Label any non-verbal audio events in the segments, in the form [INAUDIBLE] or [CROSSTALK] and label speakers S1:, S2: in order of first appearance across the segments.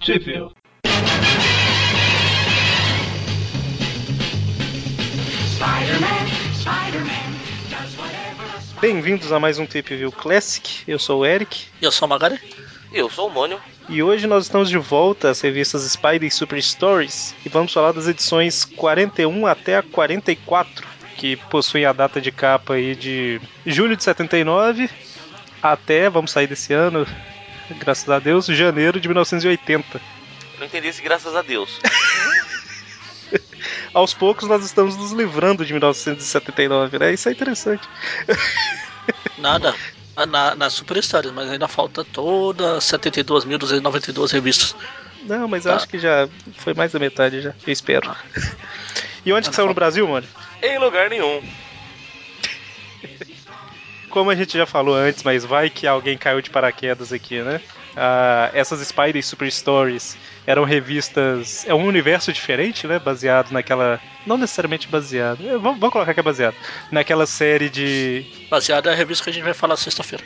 S1: Sheffield. Bem-vindos a mais um Tip View Classic. Eu sou o Eric.
S2: Eu sou o Magari.
S3: Eu sou o Mônio.
S1: E hoje nós estamos de volta às revistas Spider e Super Stories e vamos falar das edições 41 até a 44, que possuem a data de capa aí de julho de 79 até, vamos sair desse ano, graças a Deus, janeiro de 1980.
S3: Não entendi esse graças a Deus. [LAUGHS]
S1: Aos poucos nós estamos nos livrando de 1979, né? Isso é interessante.
S2: Nada. Na, na Super Stories, mas ainda falta todas 72.292 revistas.
S1: Não, mas eu acho que já foi mais da metade já, eu espero. [LAUGHS] E onde que saiu no Brasil, mano?
S3: Em lugar nenhum.
S1: Como a gente já falou antes, mas vai que alguém caiu de paraquedas aqui, né? Ah, essas Spider Super Stories eram revistas. É um universo diferente, né? Baseado naquela. Não necessariamente baseado. eh, Vamos, vamos colocar que é baseado. Naquela série de.
S2: Baseada na revista que a gente vai falar sexta-feira.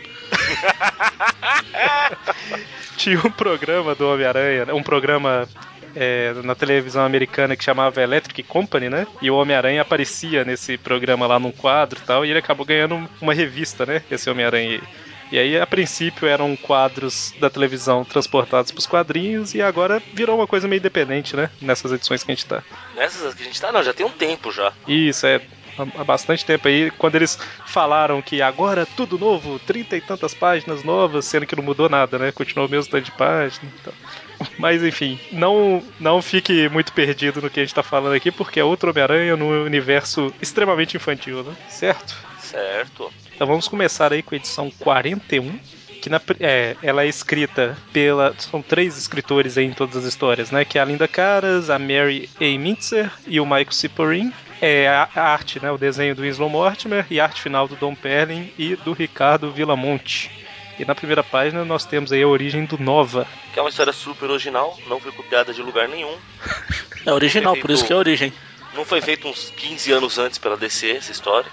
S1: Tinha um programa do Homem-Aranha, né, um programa. eh, na televisão americana que chamava Electric Company, né? E o Homem-Aranha aparecia nesse programa lá num quadro e tal, e ele acabou ganhando um- uma revista, né? Esse Homem-Aranha. aí. E aí, a princípio, eram quadros da televisão transportados pros quadrinhos, e agora virou uma coisa meio independente, né? Nessas edições que a gente tá.
S3: Nessas que a gente tá, não, já tem um tempo já.
S1: Isso, é. há- Há bastante tempo aí, quando eles falaram que agora tudo novo, trinta e tantas páginas novas, sendo que não mudou nada, né? Continuou o mesmo tanto de página e tal. Mas enfim, não, não fique muito perdido no que a gente tá falando aqui, porque é outro Homem-Aranha num universo extremamente infantil, né? Certo?
S3: Certo.
S1: Então vamos começar aí com a edição 41, que na pri- é, ela é escrita pela. São três escritores aí em todas as histórias, né? Que é a Linda Caras, a Mary A. Mintzer e o Michael Ciporin. É a a arte, né? O desenho do Winslow Mortimer e a arte final do Don Perlin e do Ricardo Villamonte. E na primeira página nós temos aí a origem do Nova.
S3: Que é uma história super original, não foi copiada de lugar nenhum.
S2: É original, por isso que é origem.
S3: Não foi feito uns 15 anos antes pela DC essa história.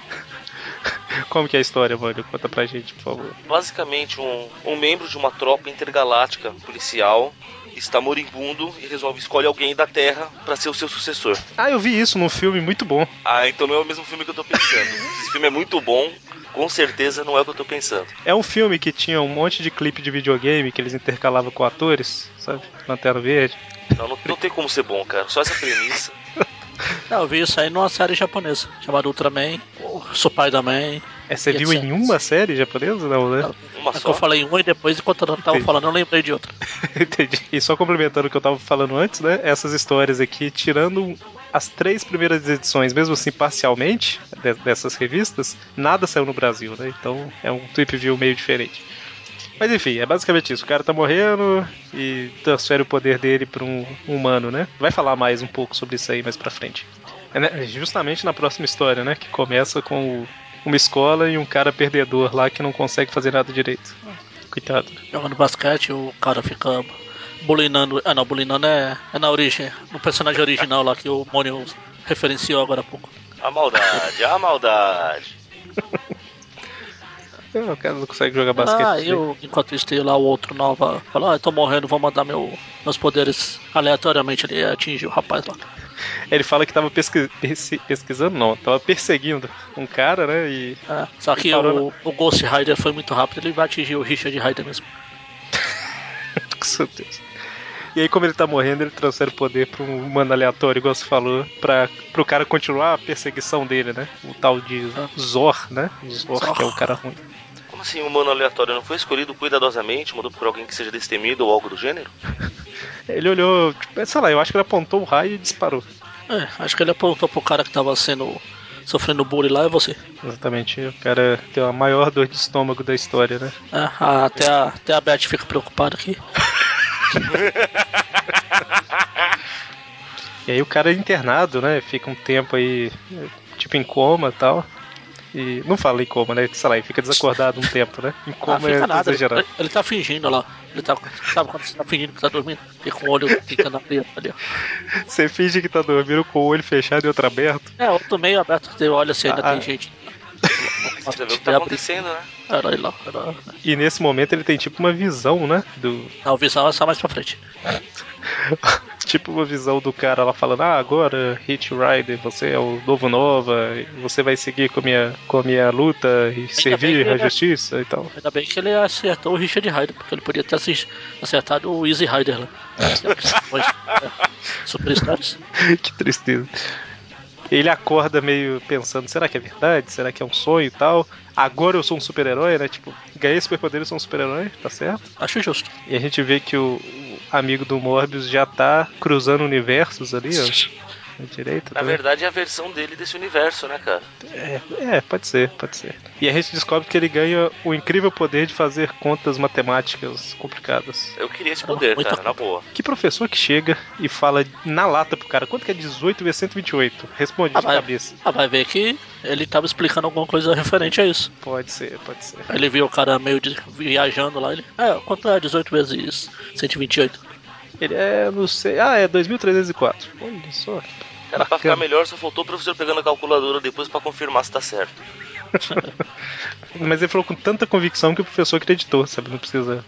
S1: Como que é a história, mano? Conta pra gente, por favor.
S3: Basicamente, um, um membro de uma tropa intergaláctica policial está moribundo e resolve escolher alguém da Terra para ser o seu sucessor.
S1: Ah, eu vi isso num filme muito bom.
S3: Ah, então não é o mesmo filme que eu tô pensando. Esse filme é muito bom, com certeza não é o que eu tô pensando.
S1: É um filme que tinha um monte de clipe de videogame que eles intercalavam com atores, sabe? Lanterna Verde.
S3: Não, Então, não, não tem como ser bom, cara. Só essa premissa.
S2: Não, É, eu vi isso aí numa série japonesa, chamada Ultraman, o Spider-Man.
S1: É, você
S2: E
S1: viu em
S2: etc.
S1: uma série japonesa? Não, né?
S2: [LAUGHS]
S3: Uma
S2: É que
S3: só.
S2: eu falei uma e depois, enquanto eu tava
S1: Entendi.
S2: falando, eu lembrei de outra.
S1: [LAUGHS] Entendi. E só complementando o que eu tava falando antes, né? Essas histórias aqui, tirando as três primeiras edições, mesmo assim parcialmente, de- dessas revistas, nada saiu no Brasil, né? Então é um trip view meio diferente. Mas enfim, é basicamente isso. O cara tá morrendo e transfere o poder dele pra um humano, né? Vai falar mais um pouco sobre isso aí mais pra frente. É né, justamente na próxima história, né? Que começa com o- uma escola e um cara perdedor lá que não consegue fazer nada direito. Coitado.
S2: Jogando basquete, o cara fica bulinando. Ah, não, bulinando é, é na origem, no personagem original lá que o Mônio referenciou agora há pouco.
S3: A maldade, a maldade.
S1: É, o cara não consegue jogar basquete.
S2: Ah, eu, enquanto isso, tem lá o outro nova. Fala, ah, eu tô morrendo, vou mandar meu, meus poderes aleatoriamente ali atingir o rapaz lá.
S1: Ele fala que tava pesqui- perse- pesquisando, não, tava perseguindo um cara, né? E. [LAUGHS]
S2: É, só que
S1: Ele parou
S2: o, o Ghost Rider foi muito rápido, ele vai atingir o Richard Rider mesmo.
S1: Meu Deus. E aí, como ele tá morrendo, ele transfere o poder pra um humano aleatório, igual você falou, pra, pro cara continuar a perseguição dele, né? O tal de
S2: Ah.
S1: Zor, né? O Zor,
S2: Zor.
S1: que é o cara ruim.
S3: Como assim, humano aleatório não foi escolhido cuidadosamente, mudou por alguém que seja destemido ou algo do gênero?
S1: Ele olhou, tipo, sei lá, eu acho que ele apontou o raio e disparou.
S2: É, acho que ele apontou pro cara que tava sendo. sofrendo bullying lá, é você.
S1: Exatamente, o cara tem a maior dor de estômago da história, né?
S2: É, a- até, a, até a Beth fica preocupada aqui.
S1: E aí o cara é internado, né? Fica um tempo aí, é, tipo em coma e tal. E não fala em coma, né? Sei lá, ele fica desacordado um tempo, né? Em
S2: Ah,
S1: coma
S2: fica
S1: é
S2: nada, ele,
S1: exagerado.
S2: ele tá fingindo lá. Ele tá, sabe quando você tá fingindo que tá dormindo? Fica com o olho ficando aberto ali, ó.
S1: Você finge que tá dormindo com o olho fechado e outro aberto.
S2: É, outro meio aberto, você olha se ainda
S1: Ah,
S2: tem gente.
S3: Você vê o que tá acontecendo, né?
S2: Caralho lá, caralho.
S1: E nesse momento ele tem tipo uma visão, né? Do,
S2: A visão é só mais pra frente.
S1: tipo uma visão do cara lá falando, ah, agora, Hit Rider, você é o novo Nova, você vai seguir com a minha, com a minha luta e servir
S2: que
S1: a
S2: ele-
S1: justiça e tal.
S2: Ainda bem que ele acertou o Richard Rider, porque ele podia ter assis- acertado o Easy Rider lá. né, Pois, é. Superstars.
S1: [LAUGHS] que tristeza. Ele acorda meio pensando, será que é verdade? Será que é um sonho e tal? Agora eu sou um super-herói, né? Tipo, ganhei superpoder, eu sou um super-herói, tá certo?
S2: Acho justo.
S1: E a gente vê que o, o amigo do Morbius já tá cruzando universos ali, ó. Na direita,
S3: Na
S1: tá
S3: verdade, é a versão dele desse universo, né, cara?
S1: É, é, pode ser, pode ser. E a gente descobre que ele ganha o incrível poder de fazer contas matemáticas complicadas.
S3: Eu queria esse poder,
S2: Muito
S3: cara, na boa.
S1: Que professor que chega e fala na lata pro cara, quanto que é 18 vezes 128? Responde
S2: Ah,
S1: de
S2: vai.
S1: cabeça.
S2: Ah, vai ver que ele tava explicando alguma coisa referente a isso.
S1: Pode ser, pode ser.
S2: Aí ele viu o cara meio de- viajando lá, ele. É, quanto é 18 vezes 128?
S1: Ele é, não sei. Ah, é 2304. Olha só.
S3: Era pra
S1: Bacana.
S3: ficar melhor, só faltou o professor pegando a calculadora depois pra confirmar se tá certo.
S1: Mas ele falou com tanta convicção que o professor acreditou, sabe? Não precisa.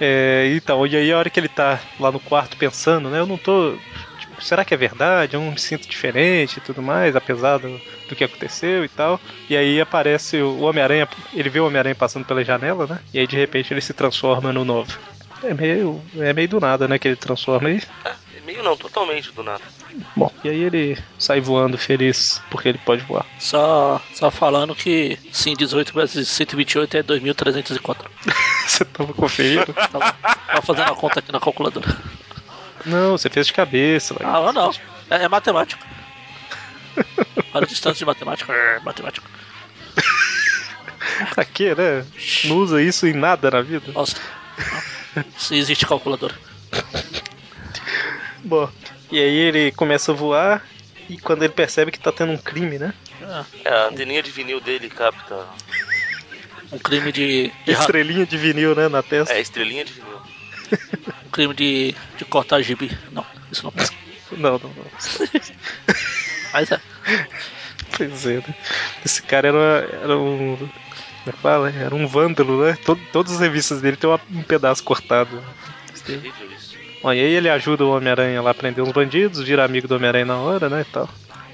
S1: É, então, e aí a hora que ele tá lá no quarto pensando, né? Eu não tô. Tipo, será que é verdade? Eu não me sinto diferente e tudo mais, apesar do, do que aconteceu e tal. E aí aparece o Homem-Aranha, ele vê o Homem-Aranha passando pela janela, né? E aí de repente ele se transforma no novo. É meio, é meio do nada, né? Que ele transforma aí.
S3: É, meio não, totalmente do nada.
S1: Bom, e aí ele sai voando feliz porque ele pode voar.
S2: Só, só falando que sim, 18 vezes 128 é 2304.
S1: [LAUGHS] Você tava conferindo?
S2: Tava, tava Tá fazendo a conta aqui na calculadora.
S1: Não, você fez de cabeça. Wagner.
S2: Ah, não. É,
S1: [LAUGHS]
S2: é matemática. Para distância de matemática. É, matemática.
S1: Pra quê, né? Não usa isso em nada na vida.
S2: Nossa. Se existe calculadora.
S1: Bom, e aí ele começa a voar e quando ele percebe que tá tendo um crime, né?
S2: É,
S3: É, a anteninha de vinil dele capta.
S2: um crime de. de ra-
S1: Estrelinha de vinil, né, na testa.
S3: É, estrelinha de vinil.
S2: um crime de, de cortar gibi. Não, isso não.
S1: Não, não, não.
S2: Mas é.
S1: Pois é, né? Esse cara era, era um. Como é que fala? Era um vândalo, né? Todo- todas as revistas dele tem uma- um pedaço cortado.
S3: Terrível isso.
S1: Bom, e aí ele ajuda o Homem-Aranha lá a prender uns bandidos, vira amigo do Homem-Aranha na hora, né? E tal.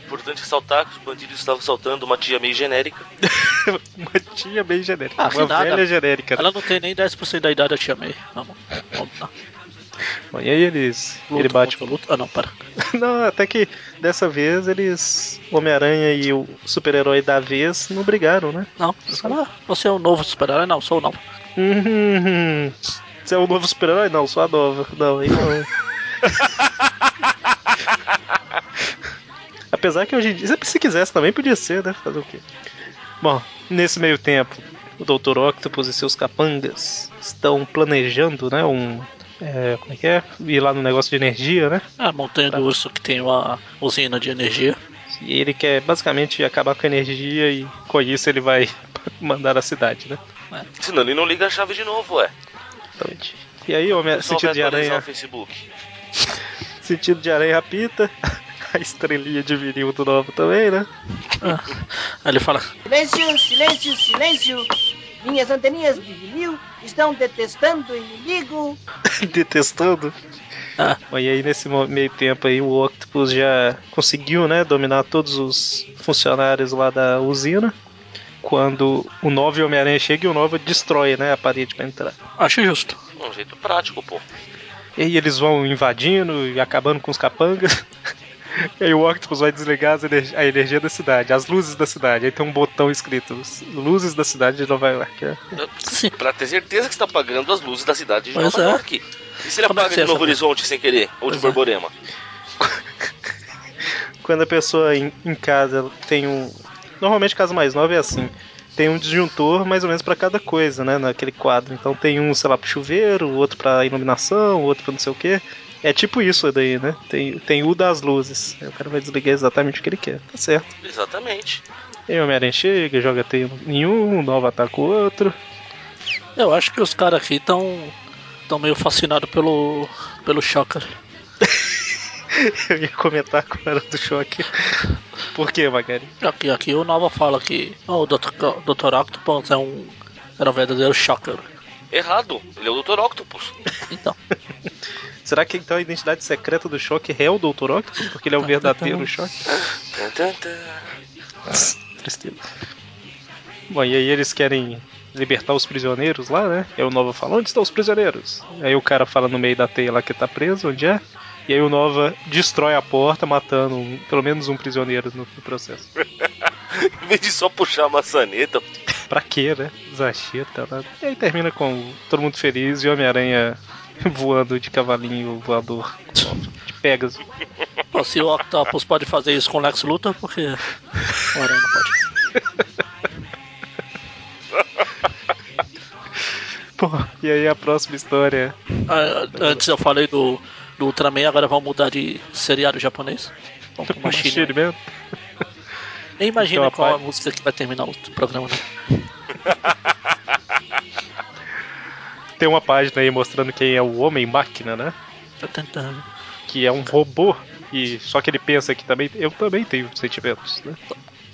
S3: Importante ressaltar que os bandidos estavam saltando uma tia meio genérica.
S1: [LAUGHS] Uma tia bem genérica.
S2: Ah, que
S1: uma
S2: nada.
S1: velha genérica. né?
S2: Ela não tem nem 10% da idade, eu te amei. Não, não. Vamos lá.
S1: Bom, e aí eles.
S2: Luto
S1: ele bate.
S2: contra luto. Ah, não, para.
S1: [LAUGHS] Não, até que dessa vez eles. o Homem-Aranha e o super-herói da vez não brigaram, né?
S2: Não, isso não é. Você é um novo super-herói? Não, sou o novo.
S1: Uhum. Você é o novo super-herói? Não, sou a nova. Não, aí não. Apesar que hoje em dia, se quisesse também podia ser, né? Fazer o quê? Bom, nesse meio tempo, o Dr. Octopus e seus capangas estão planejando, né? Um. é, como é que é? Ir lá no negócio de energia, né?
S2: É a montanha do urso que tem uma usina de energia.
S1: E ele quer basicamente acabar com a energia e com isso ele vai [LAUGHS] mandar a cidade, né?
S3: Senão ele não liga a chave de novo, ué.
S1: Exatamente. E aí, homem,
S3: O pessoal
S1: É sentido
S3: vai
S1: de
S3: atualizar
S1: aranha,
S3: o Facebook.
S1: sentido de aranha rapita, [LAUGHS] a estrelinha de vinil do novo também, né? [LAUGHS]
S2: Ah. Aí ele fala,
S4: Silêncio, silêncio, silêncio. Minhas anteninhas de vinil estão detestando o inimigo.
S1: Detestando.
S2: Ah.
S1: Bom, E aí, nesse mo- meio tempo aí, o Octopus já conseguiu, né, dominar todos os funcionários lá da usina. Quando o 9 Homem-Aranha chega e o 9 destrói, né, a parede pra entrar.
S2: acho justo.
S3: Um jeito prático, pô.
S1: E aí eles vão invadindo e acabando com os capangas. [LAUGHS] E aí o Octopus vai desligar as energi- a energia da cidade, as luzes da cidade. Aí tem um botão escrito: Luzes da cidade de Nova York. né?
S2: Sim.
S3: Pra ter certeza que você tá apagando as luzes da cidade de
S2: Pois
S3: Nova
S2: é.
S3: York. E se ele
S2: Como é que
S3: apaga
S2: você
S3: de Novo
S2: sabe?
S3: Horizonte sem querer? Ou de
S2: Pois é.
S3: Borborema?
S1: Quando a pessoa em, em casa tem um. Normalmente casa mais nova é assim. Tem um disjuntor mais ou menos pra cada coisa, né? Naquele quadro. Então tem um, sei lá, pro chuveiro, outro pra iluminação, outro pra não sei o quê. É tipo isso daí, né? Tem, tem o das luzes. Aí o cara vai desligar exatamente o que ele quer. Tá certo.
S3: Exatamente.
S1: E o Homem-Aranha chega, joga teio em um, o Nova ataca o outro. [LAUGHS]
S2: Eu acho que os caras aqui estão tão meio fascinados pelo pelo Shocker.
S1: Eu ia comentar com era do choque. Por quê, Magari?
S2: Aqui, aqui o Nova fala que ó, o Dr. Ca- Dr. Octopus é um. Era um verdadeiro shocker.
S3: Errado, ele é o Dr. Octopus.
S2: Então.
S1: Será que então a identidade secreta do Choque é o Dr. Octopus? Porque ele é o verdadeiro Choque?
S3: Tan, tan, tan.
S1: [LAUGHS] Tristeza. Bom, e aí eles querem libertar os prisioneiros lá, né? E aí o Nova fala, onde estão os prisioneiros? E aí o cara fala no meio da teia lá que tá preso, onde é? E aí o Nova destrói a porta, matando um- pelo menos um prisioneiro no, no processo.
S3: Em vez de só puxar a maçaneta,
S1: Pra quê, né? Zacheta, nada. E aí termina com todo mundo feliz e o Homem-Aranha [LAUGHS] voando de cavalinho voador de Pegasus.
S2: Pô, se o Octopus pode fazer isso com o Lex Luthor, porque o Aranha não pode.
S1: Pô, e aí a próxima história
S2: Ah, Antes eu falei do, do Ultraman, agora vamos mudar de seriado japonês. Vamos pra
S1: é
S2: uma China.
S1: Machine Man.
S2: Nem imagina
S1: Então,
S2: qual
S1: rapaz.
S2: a música que vai terminar o programa, né?
S1: Tem uma página aí mostrando quem é o Homem-Máquina, né?
S2: Tá tentando.
S1: que é um robô e só que ele pensa que também eu também tenho sentimentos, né?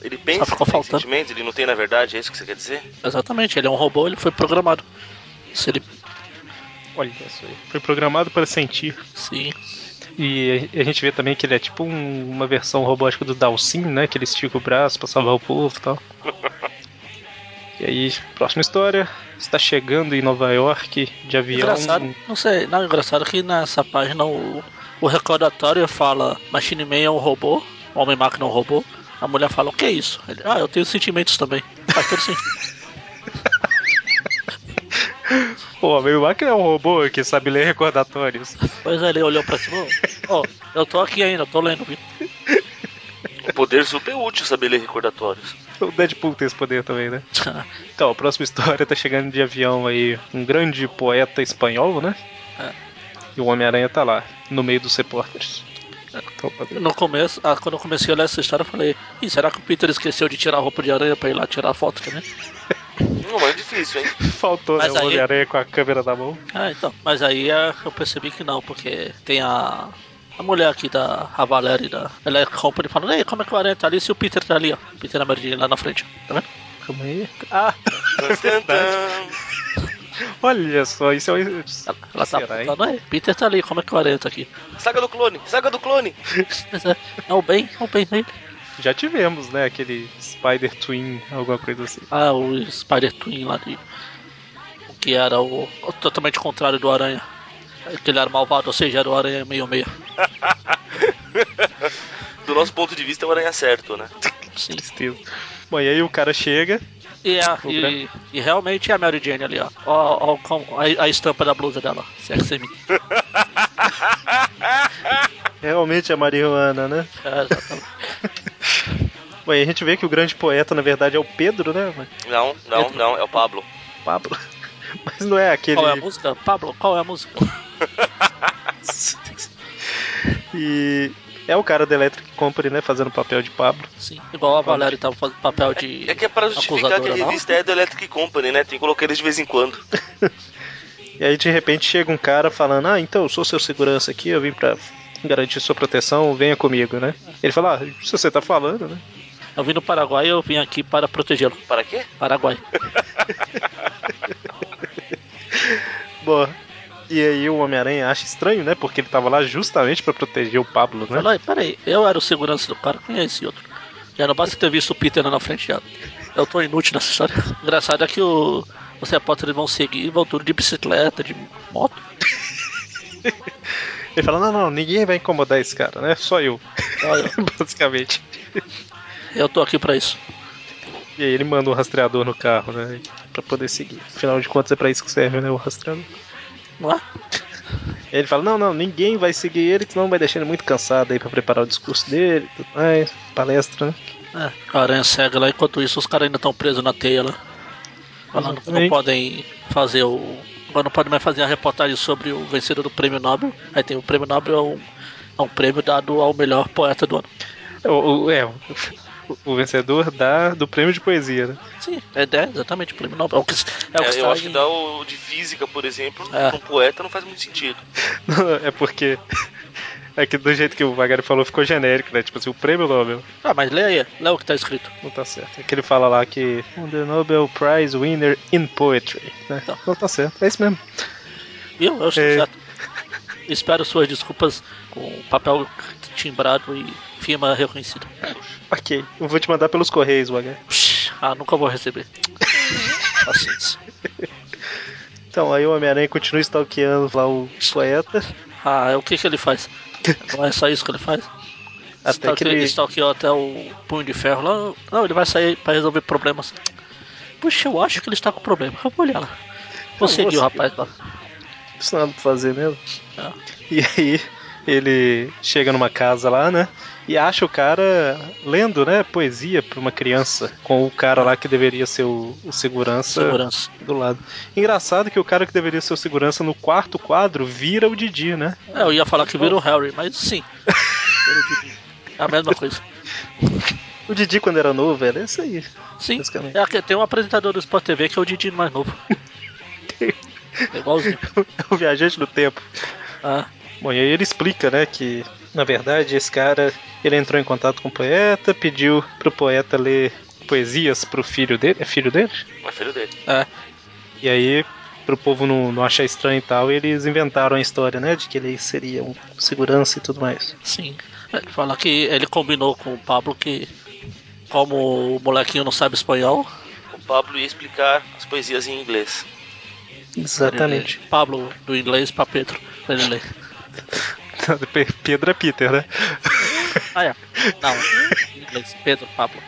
S3: ele pensa
S2: ficou
S3: que tem
S2: faltando.
S3: sentimentos, ele não tem na verdade, é isso que você quer dizer?
S2: Exatamente, ele é um robô, ele foi programado. Se ele.
S1: Olha isso aí. Foi programado para sentir.
S2: Sim.
S1: E a a gente vê também que ele é tipo um- uma versão robótica do Dalsim, né? Que ele estica o braço para salvar o povo [LAUGHS] e tal. E aí, próxima história. Está chegando em Nova York de avião.
S2: é Engraçado, não sei, não, é engraçado que nessa página o, o recordatório fala Machine Man é um robô, Homem Máquina é um robô. A mulher fala, o que é isso? Ele, ah, eu tenho sentimentos também. Faz todo sentido.
S1: Pô, meu máquina é um robô que sabe ler recordatórios.
S2: Pois é, ele olhou pra cima, ó, ó, eu tô aqui ainda, eu tô lendo, viu? [LAUGHS]
S3: Um poder super útil saber ler recordatórios.
S1: O Deadpool tem esse poder também, né? Então, a próxima [LAUGHS] história tá chegando de avião aí um grande poeta espanhol, né?
S2: É.
S1: E o Homem-Aranha tá lá, no meio dos repórteres.
S2: É.
S1: Então, tá bem.
S2: No começo, ah, quando eu comecei a ler essa história, eu falei, Ih, será que o Peter esqueceu de tirar a roupa de aranha pra ir lá tirar a foto também?
S3: Não é difícil, hein?
S1: [LAUGHS] Faltou né,
S2: Mas
S1: o
S2: aí-
S1: Homem-Aranha com a câmera na mão.
S2: Ah, então. Mas aí ah, eu percebi que não, porque tem a. A mulher aqui da a Valéria da Electric Company falando, ei, como é que o Aranha tá ali se o Peter tá ali, ó? Peter Amerdinho lá na frente, tá vendo?
S1: Calma aí. Ah,
S3: [LAUGHS] Tan, tan, tan.
S1: olha só, isso é um.
S2: Ela, ela tá
S1: Será, hein?
S2: apontando, "Ei, Peter tá ali, como é que o Aranha tá aqui? [LAUGHS]
S3: Saga do clone, saga do clone.
S2: Mas é, é o bem, é o bem dele.
S1: Já tivemos, né? Aquele Spider Twin, alguma coisa assim.
S2: Ah, o Spider Twin lá de. O que era o. o totalmente contrário do Aranha. Aquele era malvado, ou seja, era o Aranha meio meio.
S3: Do nosso ponto de vista, é o aranha certo, né?
S2: Sim.
S1: Tristeza. Bom, e aí o cara chega.
S2: assim. E, a,
S1: O
S2: e, e realmente é a Mary Jane ali, ó. Ó, ó como- a, a estampa da blusa dela. Se é que você me.
S1: Realmente é marihuana, né?
S2: É, exatamente.
S1: Bom, e a gente vê que o grande poeta, na verdade, é o Pedro, né? mano?
S3: Não, não, não, é o Pablo.
S1: Pablo. [LAUGHS] Mas não é aquele.
S2: Qual é a música? Pablo, qual é a música?
S1: E é o cara da Electric Company, né? Fazendo papel de Pablo.
S2: Sim, igual a Valéria tava fazendo papel de.
S3: É que é pra justificar que a
S2: acusadora lá.
S3: revista é do Electric Company, né? Tem que colocar eles de vez em quando.
S1: E aí de repente chega um cara falando: Ah, então eu sou seu segurança aqui, eu vim pra garantir sua proteção, venha comigo, né? Ele fala: Ah, isso você tá falando, né?
S2: Eu vim no Paraguai e eu vim aqui para protegê-lo.
S3: Para quê?
S2: Paraguai.
S1: Bom. E aí o Homem-Aranha acha estranho, né? Porque ele tava lá justamente pra proteger o Pablo, né?
S2: Falei, peraí, eu era o segurança do cara, quem é esse outro? Já não basta ter visto o Peter lá na frente já. Eu tô inútil nessa história. Engraçado é que o, os repórteres vão seguir, vão tudo de bicicleta, de moto.
S1: Ele fala: Não, não, ninguém vai incomodar esse cara, né? Só eu, [LAUGHS]
S2: Então, eu,
S1: basicamente.
S2: eu tô aqui pra isso.
S1: E aí ele manda um rastreador no carro, né? Pra poder seguir. Afinal de contas, é pra isso que serve, né? O rastreador.
S2: Não é?
S1: E Ele fala, não, não, ninguém vai seguir ele, que senão vai deixar ele muito cansado aí pra preparar o discurso dele e tudo mais, palestra, né?
S2: É, a aranha cega lá, enquanto isso os caras ainda estão presos na teia lá. Falando que não
S1: Exatamente.
S2: podem fazer o. Agora não podem mais fazer a reportagem sobre o vencedor do prêmio Nobel. Aí tem o prêmio Nobel é um, é um prêmio dado ao melhor poeta do ano.
S1: O, o- é, o, o vencedor da, do prêmio de poesia, né?
S2: Sim, é, é exatamente o prêmio Nobel. É o que, é o que
S3: É,
S2: está
S3: eu acho que
S2: em-
S3: dar o de física, por exemplo,
S2: É.
S3: pra um poeta não faz muito sentido.
S1: Não, É porque É que do jeito que o Magari falou ficou genérico, né? Tipo assim, o prêmio Nobel.
S2: Ah, mas leia aí, lê o que tá escrito.
S1: Não tá certo. É que ele fala lá que. um The Nobel Prize Winner in Poetry. né?
S2: Tá.
S1: Não tá certo. É isso mesmo.
S2: Viu? Eu estou
S1: É.
S2: certo. Espero suas desculpas com papel timbrado e firma reconhecida.
S1: Ok. Eu vou te mandar pelos correios, Magari.
S2: Psh, Ah, nunca vou receber.
S3: Uhum.
S2: Paciência.
S1: Então, aí o Homem-Aranha continua stalkeando lá o poeta.
S2: Ah, o que que ele faz? Não é só isso que ele faz?
S1: Até
S2: Até
S1: que ele-
S2: stalkeou até o punho de ferro lá. Não, ele vai sair pra resolver problemas. Puxa, eu acho que ele está com problema. Eu vou olhar lá. Vou seguir o
S1: seguir.
S2: rapaz lá.
S1: Isso não é nada pra fazer mesmo. É.
S2: Ah.
S1: E aí ele chega numa casa lá, né? E acha o cara lendo, né? Poesia pra uma criança. Com o cara lá que deveria ser o, o segurança,
S2: Segurança.
S1: do lado. Engraçado que o cara que deveria ser o segurança no quarto quadro vira o Didi, né?
S2: É, eu ia falar que vira o Harry, mas sim. Vira o Didi. É a mesma coisa.
S1: O Didi quando era novo, era isso aí. [LAUGHS]
S2: Sim.
S1: Basicamente.
S2: É que tem um apresentador do Sport TV que é o Didi
S1: [LAUGHS]
S2: mais novo. É igualzinho.
S1: o viajante do tempo.
S2: Ah,
S1: Bom, e aí ele explica, né, que na verdade esse cara, ele entrou em contato com o poeta, pediu pro poeta ler poesias pro filho dele, é filho dele?
S3: É filho dele.
S2: é.
S1: E aí, pro povo não, não achar estranho e tal, eles inventaram a história, né, de que ele seria um segurança e tudo mais.
S2: Sim. Ele fala que ele combinou com o Pablo que, como o molequinho não sabe espanhol,
S3: O Pablo ia explicar as poesias em inglês.
S1: Exatamente.
S2: ele- É, Pablo do inglês pra Pedro, pra ele ler.
S1: Pe- [LAUGHS] Pedro é Peter, né?
S2: Ah, é. Não, [LAUGHS] em inglês, Pedro, Pablo.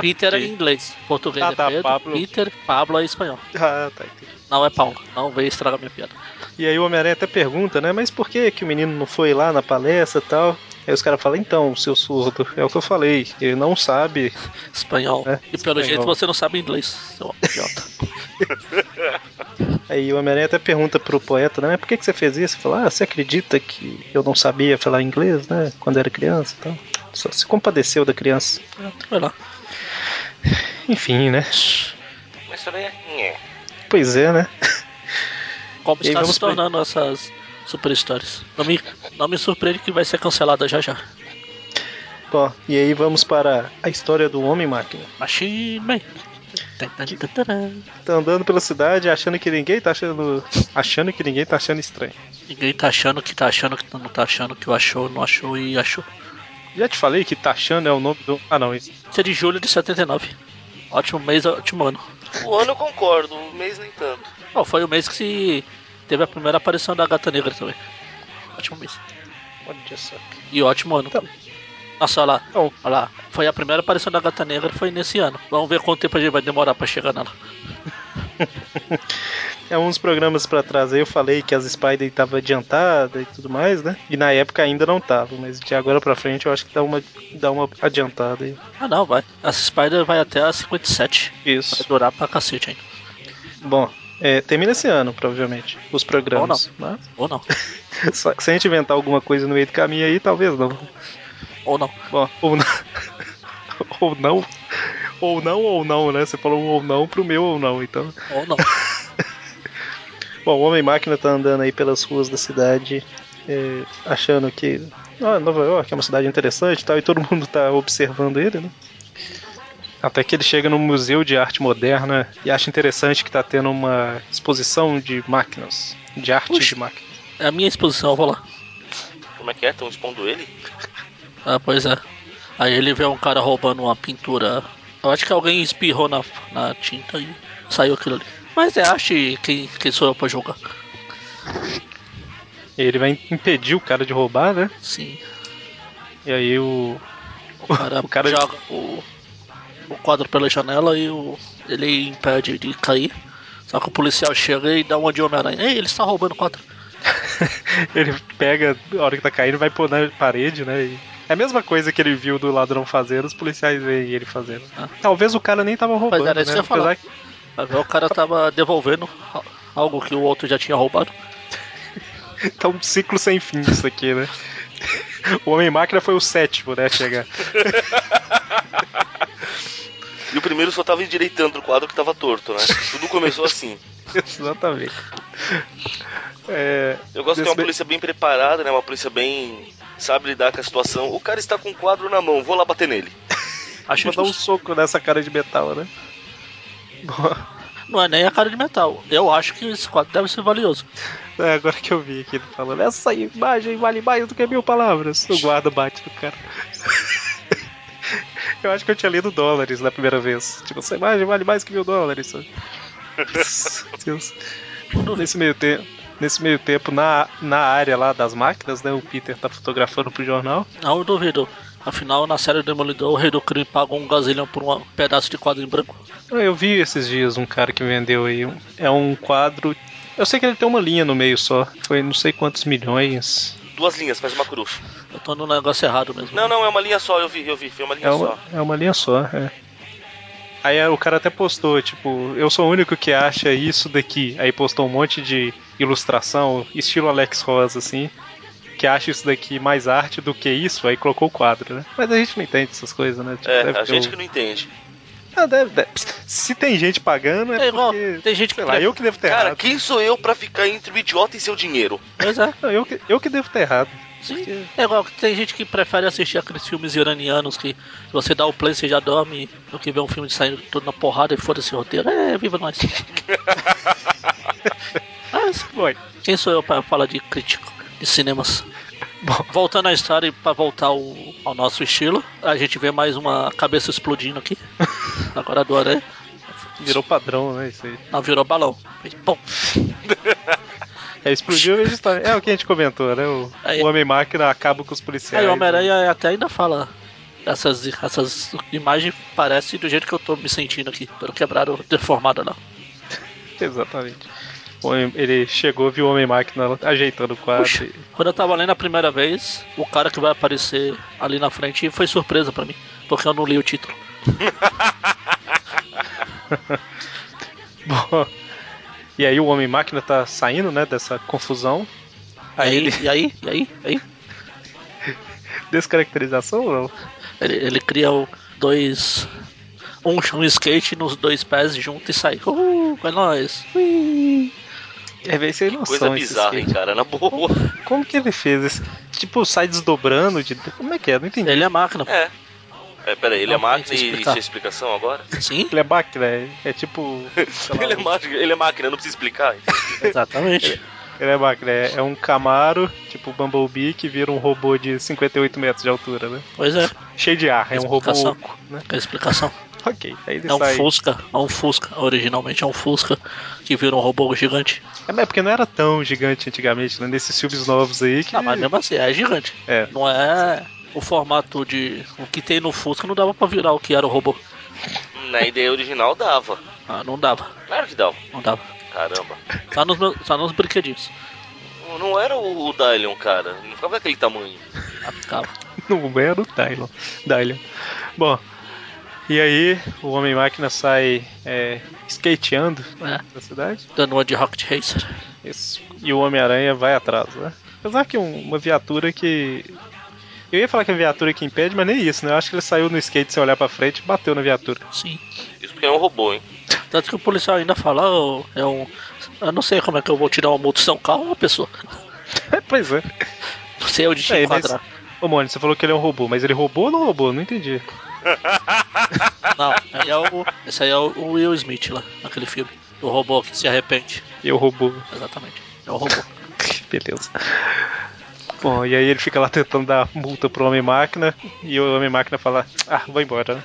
S2: Peter é em inglês, português
S1: Ah, tá,
S2: é Pedro,
S1: Pablo.
S2: Peter, Pablo é espanhol.
S1: [LAUGHS] Ah, tá, entendi.
S2: Não é Paulo, não veio estragar minha piada.
S1: E aí o Homem-Aranha até pergunta, né? Mas por que, que o menino não foi lá na palestra e tal? Aí os caras falam, então, seu surdo, é o que eu falei, ele não sabe.
S2: Espanhol.
S1: É,
S2: e pelo
S1: espanhol.
S2: jeito você não sabe inglês, seu idiota. [LAUGHS]
S1: Aí o Homem-Aranha até pergunta pro poeta, né? Mas por que, que você fez isso? Ele Fala, ah, você acredita que eu não sabia falar inglês, né? Quando era criança e tal. Só se compadeceu da criança.
S2: Vai lá.
S1: Enfim, né?
S3: Mas isso daí é. nhé.
S1: Pois é, né?
S2: Como
S1: E aí
S2: está
S1: vamos
S2: se tornando essas super histórias. Não me, não me surpreende que vai ser cancelada já já.
S1: Bom, e aí vamos para a história do Homem-Máquina.
S2: Machine Man. Tantantantantã.
S1: Tá andando pela cidade achando que ninguém tá achando. Achando que ninguém tá achando estranho.
S2: Ninguém tá achando que tá achando que não tá achando que eu achou, não achou e achou.
S1: Já te falei que Tachando é o nome do. Ah, não, isso.
S2: Isso é de julho de 79. Ótimo mês, ótimo ano.
S3: O ano eu concordo, o mês nem tanto.
S2: Bom, foi o mês que se teve a primeira aparição da Gata Negra também. Ótimo mês.
S1: Olha só.
S2: E ótimo ano.
S1: Tá.
S2: Nossa, olha lá.
S1: Então, [LAUGHS]
S2: Olha lá. Foi a primeira aparição da Gata Negra, foi nesse ano. Vamos ver quanto tempo a gente vai demorar pra chegar nela.
S1: É uns programas pra trás aí eu falei que as Spider tava adiantada e tudo mais, né? E na época ainda não tava, mas de agora pra frente eu acho que dá uma, dá uma adiantada aí.
S2: Ah não, vai. Essa Spider vai até a 57. Vai
S1: Isso.
S2: durar pra cacete ainda.
S1: Bom, é, termina esse ano, provavelmente, os programas. Mas,
S2: Ou não.
S1: [LAUGHS] só que se a gente inventar alguma coisa no meio do caminho aí, talvez não.
S2: Ou não.
S1: Bom, ou não. [LAUGHS] ou não. Ou não, ou não, né? Você falou um ou não pro meu ou não, então.
S2: Ou não.
S1: Bom, o Homem-Máquina tá andando aí pelas ruas da cidade, é, achando que ah, Nova York é uma cidade interessante e tal, e todo mundo tá observando ele, né? Até que ele chega no Museu de Arte Moderna e acha interessante que tá tendo uma exposição de máquinas, de arte de
S2: Puxa.
S1: máquinas.
S2: É a minha exposição, eu vou lá.
S3: Como é que é? Estão expondo ele?
S2: Ah, pois é. Aí ele vê um cara roubando uma pintura. Eu acho que alguém espirrou na, na tinta e saiu aquilo ali. Mas é arte quem, quem sou eu pra jogar.
S1: E ele vai impedir o cara de roubar, né?
S2: Sim.
S1: E aí o.
S2: O cara,
S1: O cara-
S2: joga o, o quadro pela janela e o, ele impede de cair. Só que o policial chega e dá uma de Homem-Aranha. Ei, ele está roubando o quadro.
S1: [LAUGHS] ele pega a hora que tá caindo, vai pôr na parede, né? E é a mesma coisa que ele viu do ladrão fazendo, os policiais veem ele fazendo.
S2: Ah.
S1: Talvez o cara nem tava roubando,
S2: era isso
S1: né?
S2: que eu ia falar.
S1: Apesar que-
S2: Aí o cara tava devolvendo a- algo que o outro já tinha roubado.
S1: tá um ciclo sem fim isso aqui, né? [LAUGHS] O Homem-Máquina foi o sétimo, né, a
S2: [LAUGHS]
S1: chegar.
S3: E o primeiro só tava endireitando o quadro que tava torto, né? Tudo começou assim.
S1: Exatamente. É,
S3: Eu gosto que é uma
S1: desse-
S3: polícia bem preparada, né? Uma polícia bem. sabe lidar com a situação. O cara está com um quadro na mão, vou lá bater nele.
S2: Acho
S1: Mandar um
S2: justo.
S1: soco nessa cara de metal,
S2: [LAUGHS]
S1: né? Bom,
S2: Não é nem a cara de metal. Eu acho que esse quadro deve ser valioso.
S1: é, agora que eu vi aqui ele falando, essa imagem vale mais do que mil palavras. O guarda bate no cara. [LAUGHS] Eu acho que eu tinha lido dólares na primeira vez. Tipo, essa imagem vale mais que mil dólares. sabe? Meu Deus. Nesse meio tempo. Nesse meio tempo, na, na área lá das máquinas, né? O Peter tá fotografando pro jornal.
S2: Não Ah, eu duvido. Afinal, na série do Demolidor, o Rei do Crime pagou um gazilhão por um pedaço de quadro em branco.
S1: Ah, Eu vi esses dias um cara que vendeu aí. um- É um quadro. Eu sei que ele tem uma linha no meio só. Foi não sei quantos milhões.
S3: Duas linhas, faz uma cruz.
S2: Eu tô no negócio errado mesmo.
S3: Não, não, é uma linha só, eu vi, eu vi, foi uma linha
S1: É
S3: só.
S1: uma, é uma linha só, é. Aí é, o cara até postou, tipo, eu sou o único que acha isso daqui. Aí postou um monte de ilustração, estilo Alex Rosa, assim, que acha isso daqui mais arte do que isso, aí colocou o quadro, né? Mas a gente não entende essas coisas, né? Tipo,
S3: É,
S1: deve
S3: a
S1: ter
S3: gente
S1: o-
S3: que não entende.
S1: Ah, deve- deve- Se tem gente pagando, é,
S2: É igual,
S1: porque.
S2: tem gente que.
S1: Sei lá, eu que devo ter
S3: Cara,
S1: errado.
S3: quem sou eu pra ficar entre o idiota e seu dinheiro?
S2: Pois
S1: [LAUGHS]
S2: é,
S1: Não, eu, que, eu que devo ter errado.
S2: sim. É igual que tem gente que prefere assistir aqueles filmes iranianos que se você dá o play você já dorme do que ver um filme de saindo todo na porrada e foda esse roteiro. É, viva nós. Mas,
S1: [LAUGHS] Bom,
S2: quem sou eu pra falar de crítico de cinemas?
S1: Bom.
S2: Voltando à história e pra voltar ao, ao nosso estilo, a gente vê mais uma cabeça
S1: [LAUGHS]
S2: explodindo aqui. Agora do aranha.
S1: virou padrão, né? Isso aí.
S2: Não, virou balão. Fez pum.
S1: É, explodiu e justamente. É o que a gente comentou, né? O,
S2: Aí-
S1: o Homem-Máquina acaba com os policiais.
S2: É, Aí o Homem-Aranha até ainda fala. Essas, essas imagens parecem do jeito que eu tô me sentindo aqui, pelo quebrado deformado lá.
S1: Exatamente. O homem- Ele chegou, viu o Homem-Máquina ajeitando o quadro.
S2: Puxa.
S1: e- [LAUGHS]
S2: Quando eu tava lendo a primeira vez, o cara que vai aparecer ali na frente foi surpresa pra mim, porque eu não li o título.
S1: Bom, e aí o Homem-Máquina tá saindo, né? Dessa confusão. Aí
S2: Aí,
S1: ele-
S2: e aí, e aí, e aí,
S1: Descaracterização ou não?
S2: ele, ele cria o dois. Um, um skate nos dois pés junto e sai. Uh, é nóis. Ui.
S1: É bem sem noção.
S3: Coisa
S1: esse
S3: bizarra, hein,
S1: skate.
S3: cara, na boa.
S1: Como que ele fez esse? Tipo, sai desdobrando de. Como é que é? Não entendi.
S2: Ele é máquina.
S3: É. É, peraí, ele é
S2: Não, tem que
S3: máquina e
S2: explicar.
S3: isso é explicação [LAUGHS] agora?
S2: Sim,
S1: Ele é máquina, é- é tipo. sei lá,
S3: Ele é, máquina, ele é máquina, não precisa explicar.
S1: [LAUGHS]
S2: exatamente.
S1: Ele é máquina, é, é um Camaro, tipo Bumblebee, que vira um robô de 58 metros de altura, né?
S2: Pois é,
S1: Cheio de ar, é um robô
S2: Explicação.
S1: oco, né?
S2: é a explicação.
S1: Ok, aí ele
S2: É um
S1: sai.
S2: Fusca, é um Fusca, originalmente é um Fusca que virou um robô gigante.
S1: É, mas porque não era tão gigante antigamente, né? Nesses filmes novos aí que.
S2: Ah, mas mesmo assim, é gigante.
S1: É. [LAUGHS]
S2: Não é o formato de. O que tem no Fusca não dava pra virar o que era o robô.
S3: [LAUGHS] Na ideia original dava.
S2: Ah, não dava,
S3: Claro que dava.
S2: não dava.
S3: Caramba.
S2: Só nos, meus- só nos brinquedinhos.
S3: Não era o, o Dylion, cara. Não ficava daquele tamanho.
S2: Ah, ficava.
S1: Não era o Dylan. Dylan. Bom. E aí, o Homem-Máquina sai é, skateando
S2: É.
S1: na cidade.
S2: Dando uma de Rocket Racer.
S1: Isso. E o Homem-Aranha vai atrás, né? Apesar que um- uma viatura que. Eu ia falar que é a viatura que impede, mas nem isso, né? Eu acho que ele saiu no skate sem olhar pra frente e bateu na viatura. [LAUGHS]
S2: Sim.
S3: Isso porque é um robô, hein?
S2: Tanto que o policial ainda fala, "Ô, é um. Eu não sei como é que eu vou tirar uma multa, se é um carro ou uma pessoa. [LAUGHS]
S1: pois é.
S2: Não sei onde te
S1: É, mas-
S2: enquadrar.
S1: Ô, Mônio, você falou que ele é um robô, mas ele roubou ou não roubou? Não entendi.
S2: Não, aí é o, esse aí é o o Will Smith lá, naquele filme. O robô que se arrepende.
S1: Eu roubou.
S2: Exatamente. É o robô.
S1: [LAUGHS] Beleza. Bom, e aí ele fica lá tentando dar multa pro Homem-Máquina, e o Homem-Máquina fala, ah, vou embora.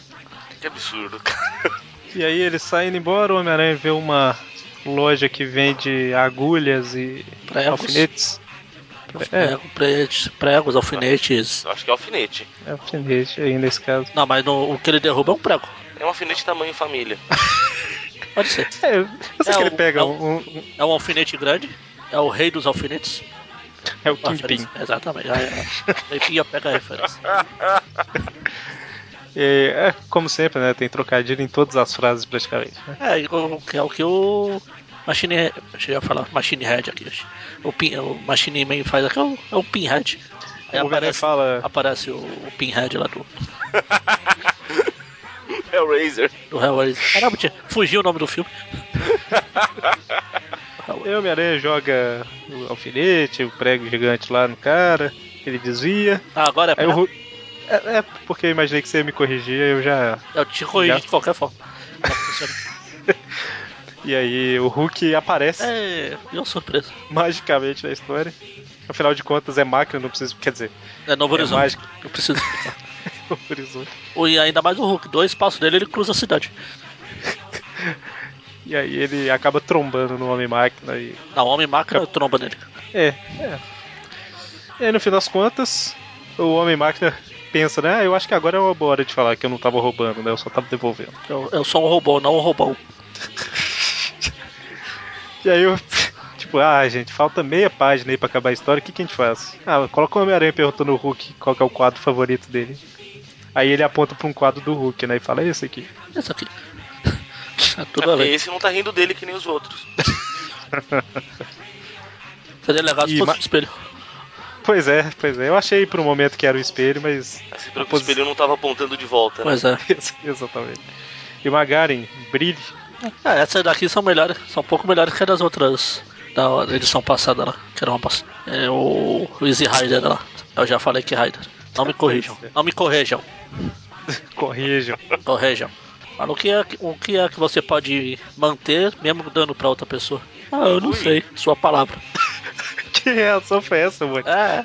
S3: Que absurdo, cara.
S1: E aí ele sai indo embora, o Homem-Aranha vê uma loja que vende agulhas e
S2: Pregos.
S1: alfinetes. É,
S2: Prego- Pregos, pregos, alfinetes.
S3: Eu acho que é um alfinete.
S1: é alfinete aí nesse caso.
S2: Não, mas no- o que ele derruba é um prego.
S3: É um alfinete tamanho família.
S2: Pode ser.
S1: É, eu sei
S2: É
S1: que ele
S2: o-
S1: pega
S2: é o-
S1: um, um-
S2: É um alfinete grande. É o rei dos alfinetes.
S1: É o
S2: Ah,
S1: Kingpin.
S2: referência. Exatamente. Aí, aí Pia pega a referência.
S1: É, é, como sempre, né? Tem trocadilho em todas as frases praticamente. né?
S2: É, igual- que é o que o Machine Head. Deixa eu falar Machine Head aqui. hoje. O, pin, o Machine Man faz aqui é o, é o Pinhead. Aí
S1: É, O Homem-Aranha
S2: aparece,
S1: fala.
S2: aparece o, o Pinhead lá do,
S3: É o Razer. É
S2: É, do Hellraiser. Caramba, tinha, fugiu o nome do filme.
S1: E o Homem-Aranha joga o alfinete, o prego gigante lá no cara, ele desvia.
S2: Ah, agora é
S1: Aí o
S2: pra...
S1: Hulk. É, é, porque eu imaginei que você ia me corrigir, eu já.
S2: Eu te corrijo
S1: Já.
S2: de qualquer forma. Tá funcionando.
S1: E aí o Hulk aparece
S2: É, e uma surpresa.
S1: magicamente na história. Afinal de contas, é máquina, não precisa. Quer dizer,
S2: É Novo
S1: é
S2: Horizonte.
S1: mágica, [LAUGHS]
S2: Eu preciso explicar.
S1: no horizonte.
S2: [LAUGHS] O- E ainda mais o Hulk. Dois passos dele, ele cruza a cidade.
S1: E aí ele acaba trombando no Homem-Máquina e.
S2: Não, Homem-Máquina tromba nele.
S1: É, é. E aí no fim das contas, o Homem-Máquina pensa, né? Ah, eu acho que agora é uma boa hora de falar que eu não tava roubando, né? Eu só tava devolvendo.
S2: Eu, eu sou um robô, não um robô.
S1: E aí eu. [LAUGHS] Tipo, ah, gente, falta meia página aí pra acabar a história, o que, que a gente faz? Ah, coloca o Homem-Aranha perguntando o Hulk qual que é o quadro favorito dele. Aí ele aponta pra um quadro do Hulk, né? E fala, é esse aqui.
S2: Isso aqui. [LAUGHS] É tudo
S3: Porque
S2: além.
S3: esse não tá rindo dele que nem os outros.
S2: Seria legal se
S1: E
S2: fosse
S1: ma-
S2: um espelho.
S1: Pois é, pois é. Eu achei por um momento que era o espelho, mas. [LAUGHS]
S3: Assim, pelo
S1: A
S3: que o
S1: posi-
S3: espelho não tava apontando de volta. Né?
S2: Pois é.
S1: Exatamente. E Magaren, brilhe.
S2: é. Essas daqui são melhores, são um pouco melhores que as das outras da edição passada lá, que era uma bosta. É o, o Easy Rider lá. Eu já falei que é Rider. Não me corrijam. Não me corrijam.
S1: Corrijam.
S2: Corrijam. Fala o que, é, que- o que é que você pode manter mesmo dando pra outra pessoa? Ah, eu não sei. Sua palavra.
S1: [LAUGHS] que reação foi essa, mano?
S2: É.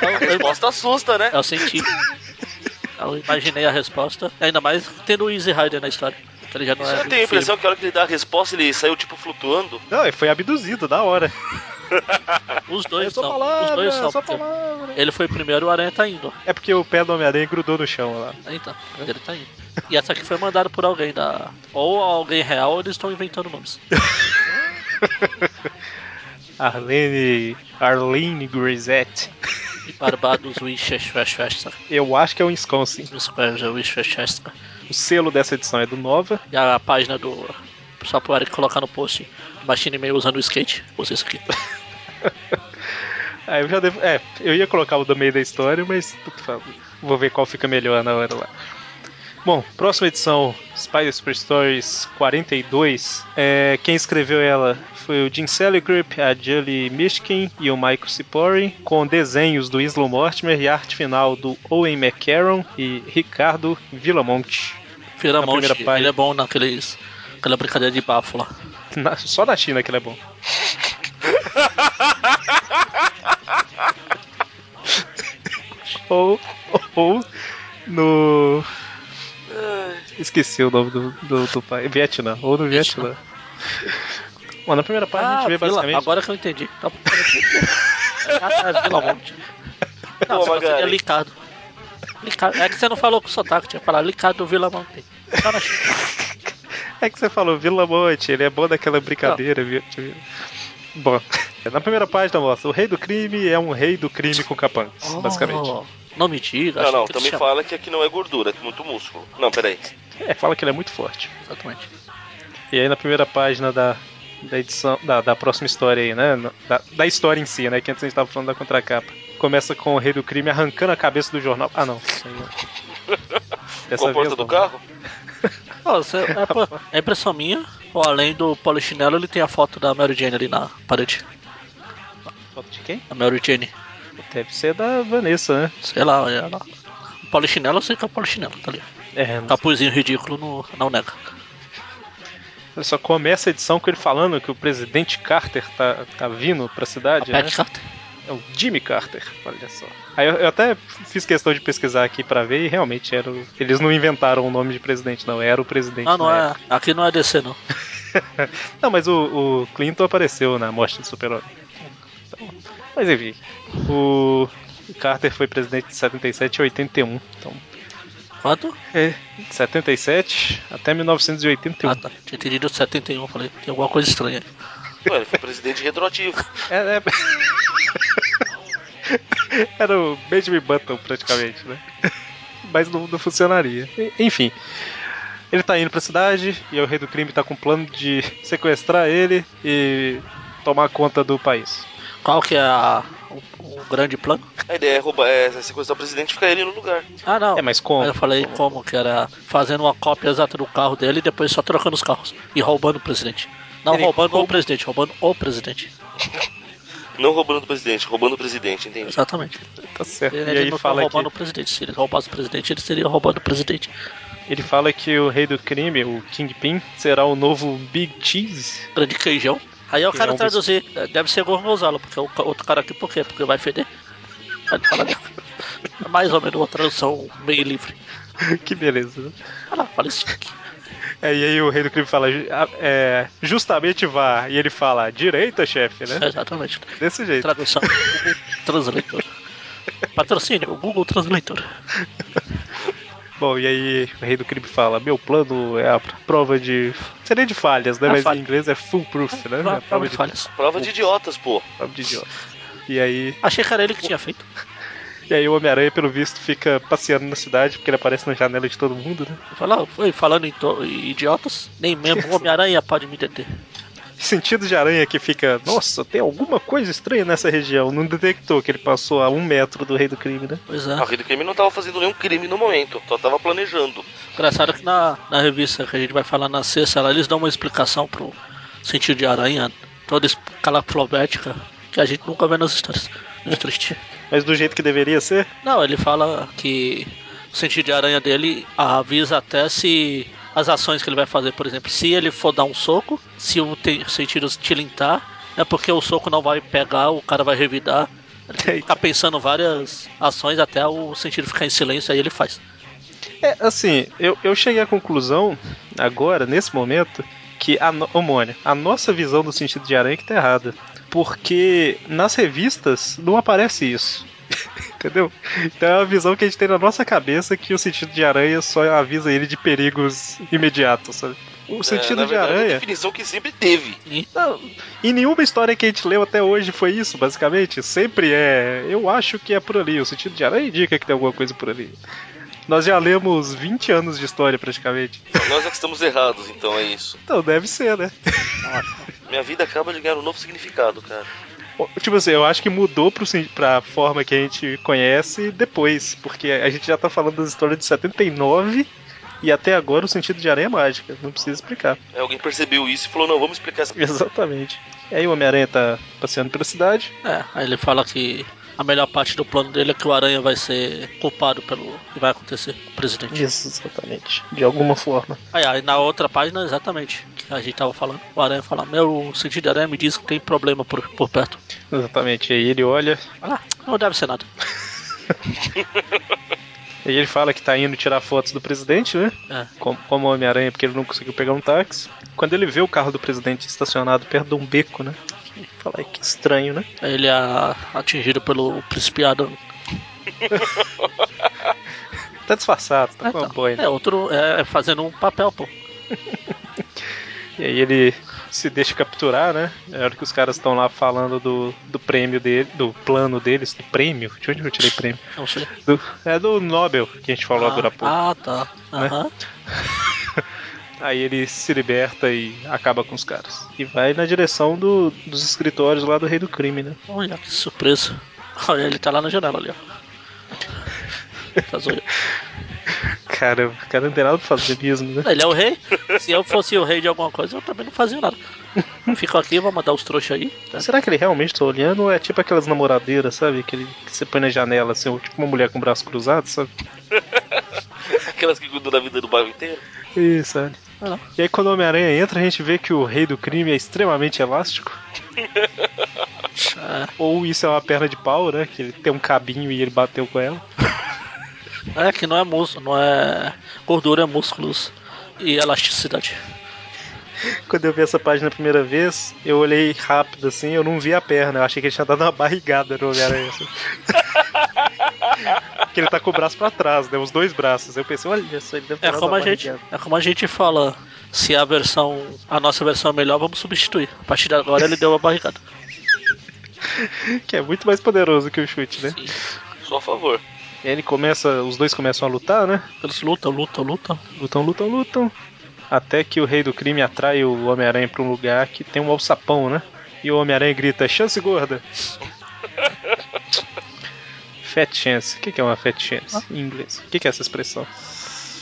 S3: A
S2: Eu, eu,
S3: resposta assusta, né?
S2: eu senti. Eu imaginei a resposta. Ainda mais tendo o Easy Rider na história. que Ele já não
S3: Você
S2: é
S3: não tem a
S2: um filho.
S3: impressão que a hora que ele dá a resposta ele saiu tipo flutuando?
S1: Não, ele foi abduzido, da hora.
S2: Os dois
S1: É só
S2: são.
S1: palavra,
S2: os dois são.
S1: só
S2: porque
S1: palavra.
S2: Ele foi primeiro, o Aranha tá indo.
S1: É porque o pé do Homem-Aranha grudou no chão lá.
S2: Aí tá, ele tá indo. E essa aqui foi mandada por alguém da. Ou alguém real, ou eles estão inventando nomes.
S1: Arlene. Arlene Grisette.
S2: E Barbados, Winchester,
S1: Eu acho que é o Wisconsin.
S2: Winchester.
S1: O selo dessa edição é do Nova. [LAUGHS]
S2: E a página do. Só pro Eric colocar no post. Machine meio usando o skate. Usa isso aqui.
S1: Ah, eu já devo. É, eu ia colocar o do meio da história, mas tudo falo. Vou ver qual fica melhor na hora lá. Bom, próxima edição, Spider Super Stories 42. É, quem escreveu ela foi o Jim Seligrup, a Julie Mishkin e o Michael Cipori, com desenhos do Islo Mortimer e arte final do Owen McCarron e Ricardo Villamonte.
S2: Vira
S1: Na
S2: mão,
S1: primeira página.
S2: ele é bom naqueles. Aquela brincadeira de bafo lá.
S1: [LAUGHS] Na- só na China que ele é bom. [LAUGHS] ou, ou no. Esqueci o nome do, do, do país. Vietnã. Ou no Vietnã. Ah, Bom, na primeira parte a gente vê
S2: Ah, Vila-
S1: basicamente.
S2: agora que eu entendi. Tá ah, tá, Vila Monte. Não,
S3: Boa,
S2: você
S3: Magari.
S2: é Licardo. Licardo. É que você não falou com o sotaque, tinha que falar Licardo Vila Monte. Tá na China.
S1: É que você falou Vila Monte, ele é bom daquela brincadeira. viu? Bom, [LAUGHS] na primeira página mostra: o rei do crime é um rei do crime com capangas, [LAUGHS] basicamente.
S2: Oh, Não me diga.
S3: Não,
S2: acho
S3: não,
S2: que ele
S3: também
S2: chama.
S3: fala que aqui não é gordura, é muito músculo. Não, peraí.
S1: É, fala que ele é muito forte.
S2: Exatamente.
S1: E aí na primeira página da, da edição, da, da próxima história aí, né? Da, da história em si, né? Que antes a gente tava falando da contracapa. Começa com o rei do crime arrancando a cabeça do jornal. Ah não. Isso aí não.
S2: é-
S3: Com a porta
S1: não.
S3: do carro?
S2: Ó, você- é, pô, é impressão minha, ou além do polichinelo, ele tem a foto da Mary Jane ali na parede.
S1: Foto de quem?
S2: A Mary Jane,
S1: Deve ser da Vanessa, né?
S2: sei lá, olha lá. O polichinelo, eu sei que é o polichinelo, tá ali.
S1: É, não-
S2: Capuzinho ridículo no, não nega.
S1: Tá ele só começa a edição com ele falando que o presidente Carter tá, tá vindo pra
S2: A
S1: cidade, né?
S2: Pat Carter.
S1: É o Jimmy Carter, olha só. Aí eu, eu até fiz questão de pesquisar aqui pra ver e realmente era o- eles não inventaram o nome de presidente, não. Era o presidente
S2: Não, não
S1: na
S2: é. Aqui não é DC, não.
S1: [LAUGHS] Não, mas o, o Clinton apareceu na mostra do Super-Homem. Então, mas enfim, o o Carter foi presidente de 77 a 81. Então,
S2: Quanto?
S1: é, 77 até 1981.
S2: Ah, tá. Tinha entendido 71, falei, tem alguma coisa estranha. aí.
S3: Ué, ele foi presidente retroativo.
S1: É, [LAUGHS] é- Era o Benjamin Button, praticamente, né? Mas não, não funcionaria. E- Enfim. Ele tá indo pra cidade e o rei do crime tá com um plano de sequestrar ele e tomar conta do país.
S2: Qual que é a, o, o grande plano?
S3: A ideia é roubar, é sequestrar o presidente e ficar ele no lugar.
S2: Ah, não.
S1: É, mas como?
S2: Aí eu falei como que era fazendo uma cópia exata do carro dele e depois só trocando os carros e roubando o presidente. Não
S1: Ele
S2: roubando
S1: roubou-
S2: o presidente, roubando o presidente.
S3: Não roubando o presidente, roubando o presidente, entende?
S2: Exatamente.
S1: Tá certo.
S2: Ele,
S1: E aí
S2: não tá
S1: fala que
S2: roubando o presidente. Se ele roubasse o presidente, ele seria roubando o presidente.
S1: ele fala que o rei do crime, o Kingpin, será o novo Big Cheese. [LAUGHS]
S2: Grande queijão. Aí eu
S1: Que
S2: quero
S1: é um
S2: traduzir, eh, deve ser gorgonzola, porque o ca- outro cara aqui, por quê? Porque vai feder. Aí ele fala, é [LAUGHS] mais ou menos uma tradução meio livre.
S1: que beleza, né?
S2: Olha lá, fala isso aqui.
S1: É, e aí o rei do crime fala, "Ju- a- é, justamente vá. E ele fala, direita, chefe, né?
S2: É, Exatamente.
S1: Desse jeito.
S2: Tradução Google Translator. Patrocínio, Google Translator.
S1: Bom, e aí o rei do crime fala, meu plano é a prova de. Seria de falhas, né?
S2: É
S1: Mas
S2: falha.
S1: em inglês é foolproof, né? É
S2: Prova,
S1: a prova de,
S2: falhas.
S3: Prova de idiotas, pô.
S1: prova de idiota. E aí,
S2: Achei que era ele que tinha feito.
S1: e aí o Homem-Aranha, pelo visto, fica passeando na cidade, porque ele aparece na janela de todo mundo, né?
S2: Fala, foi falando em to- em idiotas, nem mesmo o Homem-Aranha pode me deter.
S1: sentido de aranha que fica, nossa, tem alguma coisa estranha nessa região. Não detectou que ele passou a um metro do rei do crime, né?
S2: Pois
S3: A
S2: é.
S3: Rei do Crime não tava fazendo nenhum crime no momento, só tava planejando.
S2: Engraçado que na, na revista que a gente vai falar na sexta, lá, eles dão uma explicação pro sentido de aranha, toda es- calafrobética, que a gente nunca vê nas histórias. Muito triste.
S1: Mas do jeito que deveria
S3: [LAUGHS]
S1: ser,
S2: Não, ele fala que o sentido de aranha dele avisa até se as ações que ele vai fazer, por exemplo, se ele for dar um soco, se o te- sentido tilintar, é porque o soco não vai pegar, o cara vai revidar. Ele tem
S3: É,
S2: que
S3: então.
S1: Eita.
S2: ficar pensando várias ações até o sentido ficar em silêncio, aí ele faz.
S1: É, assim, eu, eu cheguei à conclusão, agora, nesse momento, que a no- ô, Mônio, a nossa visão do sentido de aranha que tá errada. Porque nas revistas não aparece isso. [LAUGHS] Entendeu? Então é uma visão que a gente tem na nossa cabeça que o sentido de aranha só avisa ele de perigos imediatos, sabe? O sentido
S3: É, na
S1: de
S3: verdade, É a
S1: aranha.
S3: definição que sempre teve.
S2: E
S1: Não, em nenhuma história que a gente leu até hoje foi isso, basicamente. Sempre é. Eu acho que é por ali. O sentido de aranha indica que tem alguma coisa por ali. Nós já lemos 20 anos de história praticamente.
S3: Nós é que estamos errados, então é isso.
S1: Então deve ser, né?
S3: Minha vida acaba de ganhar um novo significado, cara.
S1: Bom, Tipo assim, eu acho que mudou pro, sen- pra forma que a gente conhece depois, porque a gente já tá falando das histórias de 79 e até agora o sentido de aranha é mágica. Não precisa explicar.
S3: É, alguém percebeu isso e falou, não, vamos explicar essa.
S1: [LAUGHS] Exatamente. E aí o Homem-Aranha tá passeando pela cidade.
S2: É, aí ele fala que a melhor parte do plano dele é que o Aranha vai ser culpado pelo que vai acontecer com o presidente.
S1: Isso, exatamente. De alguma forma.
S2: Aí, aí na outra página, exatamente, que a gente tava falando, o Aranha fala, meu sentido de aranha me diz que tem problema por, por perto.
S1: Exatamente. E aí ele olha
S2: Ah, não deve ser nada.
S1: E ele fala que tá indo tirar fotos do presidente, né?
S2: É.
S1: Como, como Homem-Aranha, porque ele não conseguiu pegar um táxi. Quando ele vê o carro do presidente estacionado perto de um beco, né? Ele Fala, "Ai, que estranho, né?
S2: Ele é atingido pelo príncipe Adam.
S1: Tá disfarçado, tá
S2: É,
S1: com uma
S2: tá.
S1: boina.
S2: é outro, é fazendo um papel, pô.
S1: E aí ele se deixa capturar, né? É hora que os caras estão lá falando do, do prêmio dele, do plano deles, do prêmio. De onde eu tirei prêmio?
S2: Não sei.
S1: Do- é do Nobel que a gente falou agora há pouco.
S2: ah, ah, tá. Aham.
S1: Aí ele se liberta e acaba com os caras. E vai na direção do- dos escritórios lá do Rei do Crime, né?
S2: Olha que surpresa. Olha, ele tá lá na janela ali, ó. Tá zoando.
S1: Cara, o cara não tem nada pra fazer mesmo, né?
S2: Ele é o rei. Se eu fosse o rei de alguma coisa, eu também não fazia nada. Eu Fico aqui, vou mandar os trouxas aí. tá?
S1: Será que ele realmente tá olhando ou é tipo aquelas namoradeiras, sabe? Que, ele, que você põe na janela, assim, ou tipo uma mulher com o braço cruzado, sabe?
S3: [LAUGHS] Aquelas que cuidam da vida do bairro inteiro.
S1: Isso, é. sabe?
S2: Vai lá.
S1: E aí quando o Homem-Aranha entra, a gente vê que o rei do crime é extremamente elástico.
S2: É,
S1: Ou isso é uma perna de pau, né? Que ele tem um cabinho e ele bateu com ela.
S2: É que não é músculo, não é gordura, é músculos e elasticidade.
S1: Quando eu vi essa página a primeira vez, eu olhei rápido assim, eu não vi a perna, eu achei que ele tinha dado uma barrigada no Homem-Aranha.
S2: [LAUGHS]
S1: assim. Porque ele tá com o braço pra trás, né? Os dois braços. Eu pensei, olha só, ele deve ter
S2: É
S1: dado
S2: como
S1: uma
S2: a gente,
S1: barrigada.
S2: é como a gente fala. Se a versão, a nossa versão é melhor, vamos substituir. A partir de agora ele deu a barrigada.
S1: Que é muito mais poderoso que o chute, né?
S3: Só a favor.
S1: E aí ele começa, os dois começam a lutar, né?
S2: Eles lutam, lutam, lutam.
S1: Lutam, lutam, lutam. Até que o rei do crime atrai o Homem-Aranha pra um lugar que tem um alçapão, né? E o Homem-Aranha grita, chance gorda! fat chance. O que que é uma fat chance em inglês? O que que é essa expressão?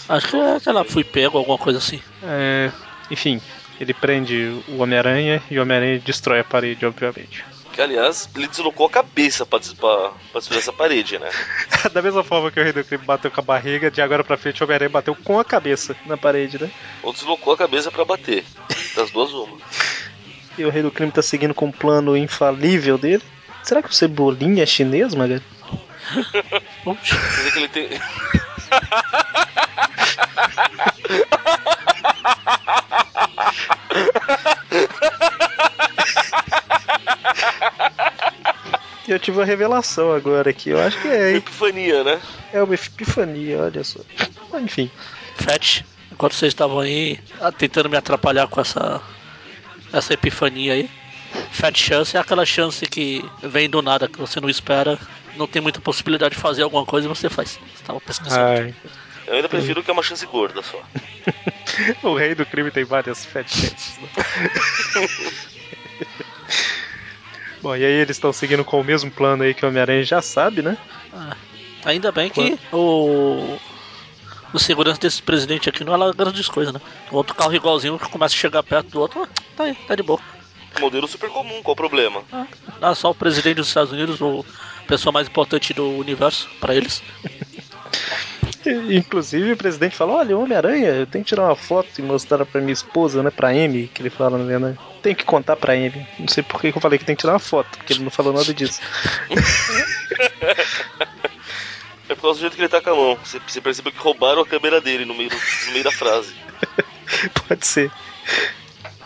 S2: Acho que é, sei lá, fui pego, alguma coisa assim.
S1: É, enfim, Ele prende o Homem-Aranha e o Homem-Aranha destrói a parede, obviamente. [LAUGHS]
S3: Que, aliás, ele deslocou a cabeça pra, des- pra, pra subir essa parede, né?
S1: da mesma forma que o Rei do Crime bateu com a barriga, de agora pra frente o Homem-Aranha bateu com a cabeça na parede, né?
S3: Ou deslocou a cabeça pra bater. Das duas, uma.
S1: E o Rei do Crime tá seguindo com o plano infalível dele. Será que o Cebolinha é chinês, Magali?
S2: Oxi.
S3: Quer dizer que ele tem. [LAUGHS]
S1: Eu tive uma revelação agora aqui. Eu acho que é, hein?
S3: Epifania, né?
S1: É uma epifania, olha só. Enfim.
S2: Fete, enquanto vocês estavam aí ah, tentando me atrapalhar com essa, essa epifania aí, Fat Chance é aquela chance que vem do nada, que você não espera, não tem muita possibilidade de fazer alguma coisa e você faz. Você tava pesquisando.
S1: Ai.
S3: Eu ainda prefiro que é uma chance gorda só.
S1: o rei do crime tem várias fetiches. Né? Bom, e aí eles estão seguindo com o mesmo plano aí que o Homem-Aranha já sabe, né?
S2: Ah, ainda bem que o. O segurança desse presidente aqui não é lá grandes coisas, né? O outro carro igualzinho que começa a chegar perto do outro, ah, tá aí, tá de boa.
S3: Modelo super comum, qual o problema?
S2: Ah, ah, só o presidente dos Estados Unidos, o pessoa mais importante do universo pra eles.
S1: E, [LAUGHS] Inclusive o presidente fala: Olha, o Homem-Aranha, eu tenho que tirar uma foto e mostrar pra minha esposa, né? Pra Amy, que ele fala, né? né? Tem que contar pra Amy. Não sei por que que eu falei que tem que tirar uma foto, porque ele não falou nada disso. [LAUGHS]
S3: É por causa do jeito que ele tá com a mão. Você, você percebeu que roubaram a câmera dele no meio, do- no meio da frase.
S1: Pode ser.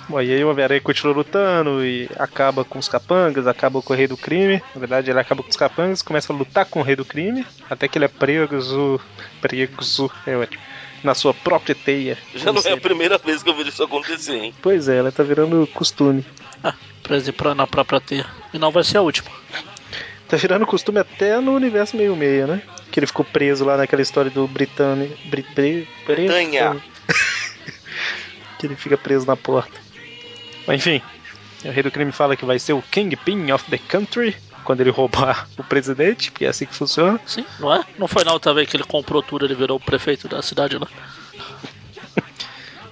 S1: Bom, e aí o Homem-Aranha continua lutando e acaba com os capangas, acaba com o Rei do Crime. Na verdade, ele acaba com os capangas, começa a lutar com o Rei do Crime, até que ele é preso, preso, é ótimo, na sua própria teia.
S3: Já não é a
S1: sei.
S3: primeira vez que eu vejo isso acontecer, hein?
S1: Pois é, ela tá virando costume.
S2: Ah, preso pra- na própria teia. E não vai ser a última.
S1: Tá virando costume até no universo meio-meia, né? Que ele ficou preso lá naquela história do Britânico. Bri, Bri- Bri-
S3: Bretanha.
S1: que ele fica preso na porta. Mas, enfim, o rei do crime fala que vai ser o Kingpin of the Country quando ele roubar o presidente, porque é assim que funciona.
S2: Sim, não é? Não foi na outra vez que ele comprou tudo, ele virou o prefeito da cidade lá.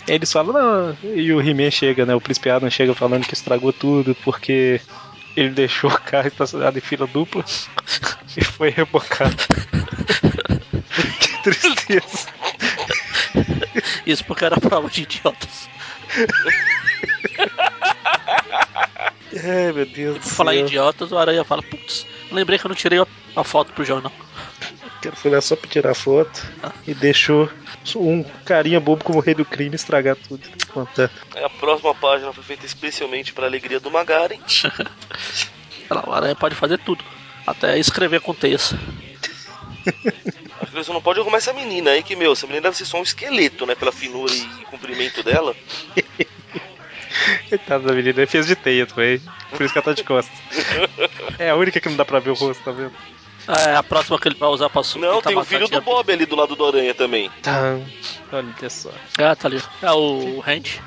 S1: Aí eles falam, não, e o He-Man chega, né? O príncipe Adam chega falando que estragou tudo porque ele deixou o carro estacionado em fila dupla [LAUGHS] e foi rebocado. [LAUGHS] que tristeza.
S2: Isso porque era prova de idiotas.
S1: É, meu Deus
S2: E
S1: do
S2: por falar em
S1: céu.
S2: idiotas, o Aranha fala, putz, lembrei que eu não tirei a, a foto pro jornal.
S1: Que ele foi lá só pra tirar foto e deixou um carinha bobo como o rei do crime estragar tudo. Conta.
S3: É, A próxima página foi feita especialmente pra alegria do Magaren.
S2: Ela, o Aranha pode fazer tudo. Até escrever com texto.
S3: Acho que você não pode arrumar essa menina aí, que, meu, essa menina deve ser só um esqueleto, né? Pela finura e comprimento dela.
S1: Coitada da menina, ele fez de teia também. Por isso que ela tá de costas. É a única que não dá pra ver o rosto, tá vendo?
S2: É a próxima que ele tá vai usar pra su-
S3: Não,
S2: tentar
S3: tem o
S2: matar
S3: filho
S2: a tia
S3: do Bob ali do lado do Aranha também. [LAUGHS]
S1: Tá. Olha só.
S2: May. Ah, tá ali. É o Randy.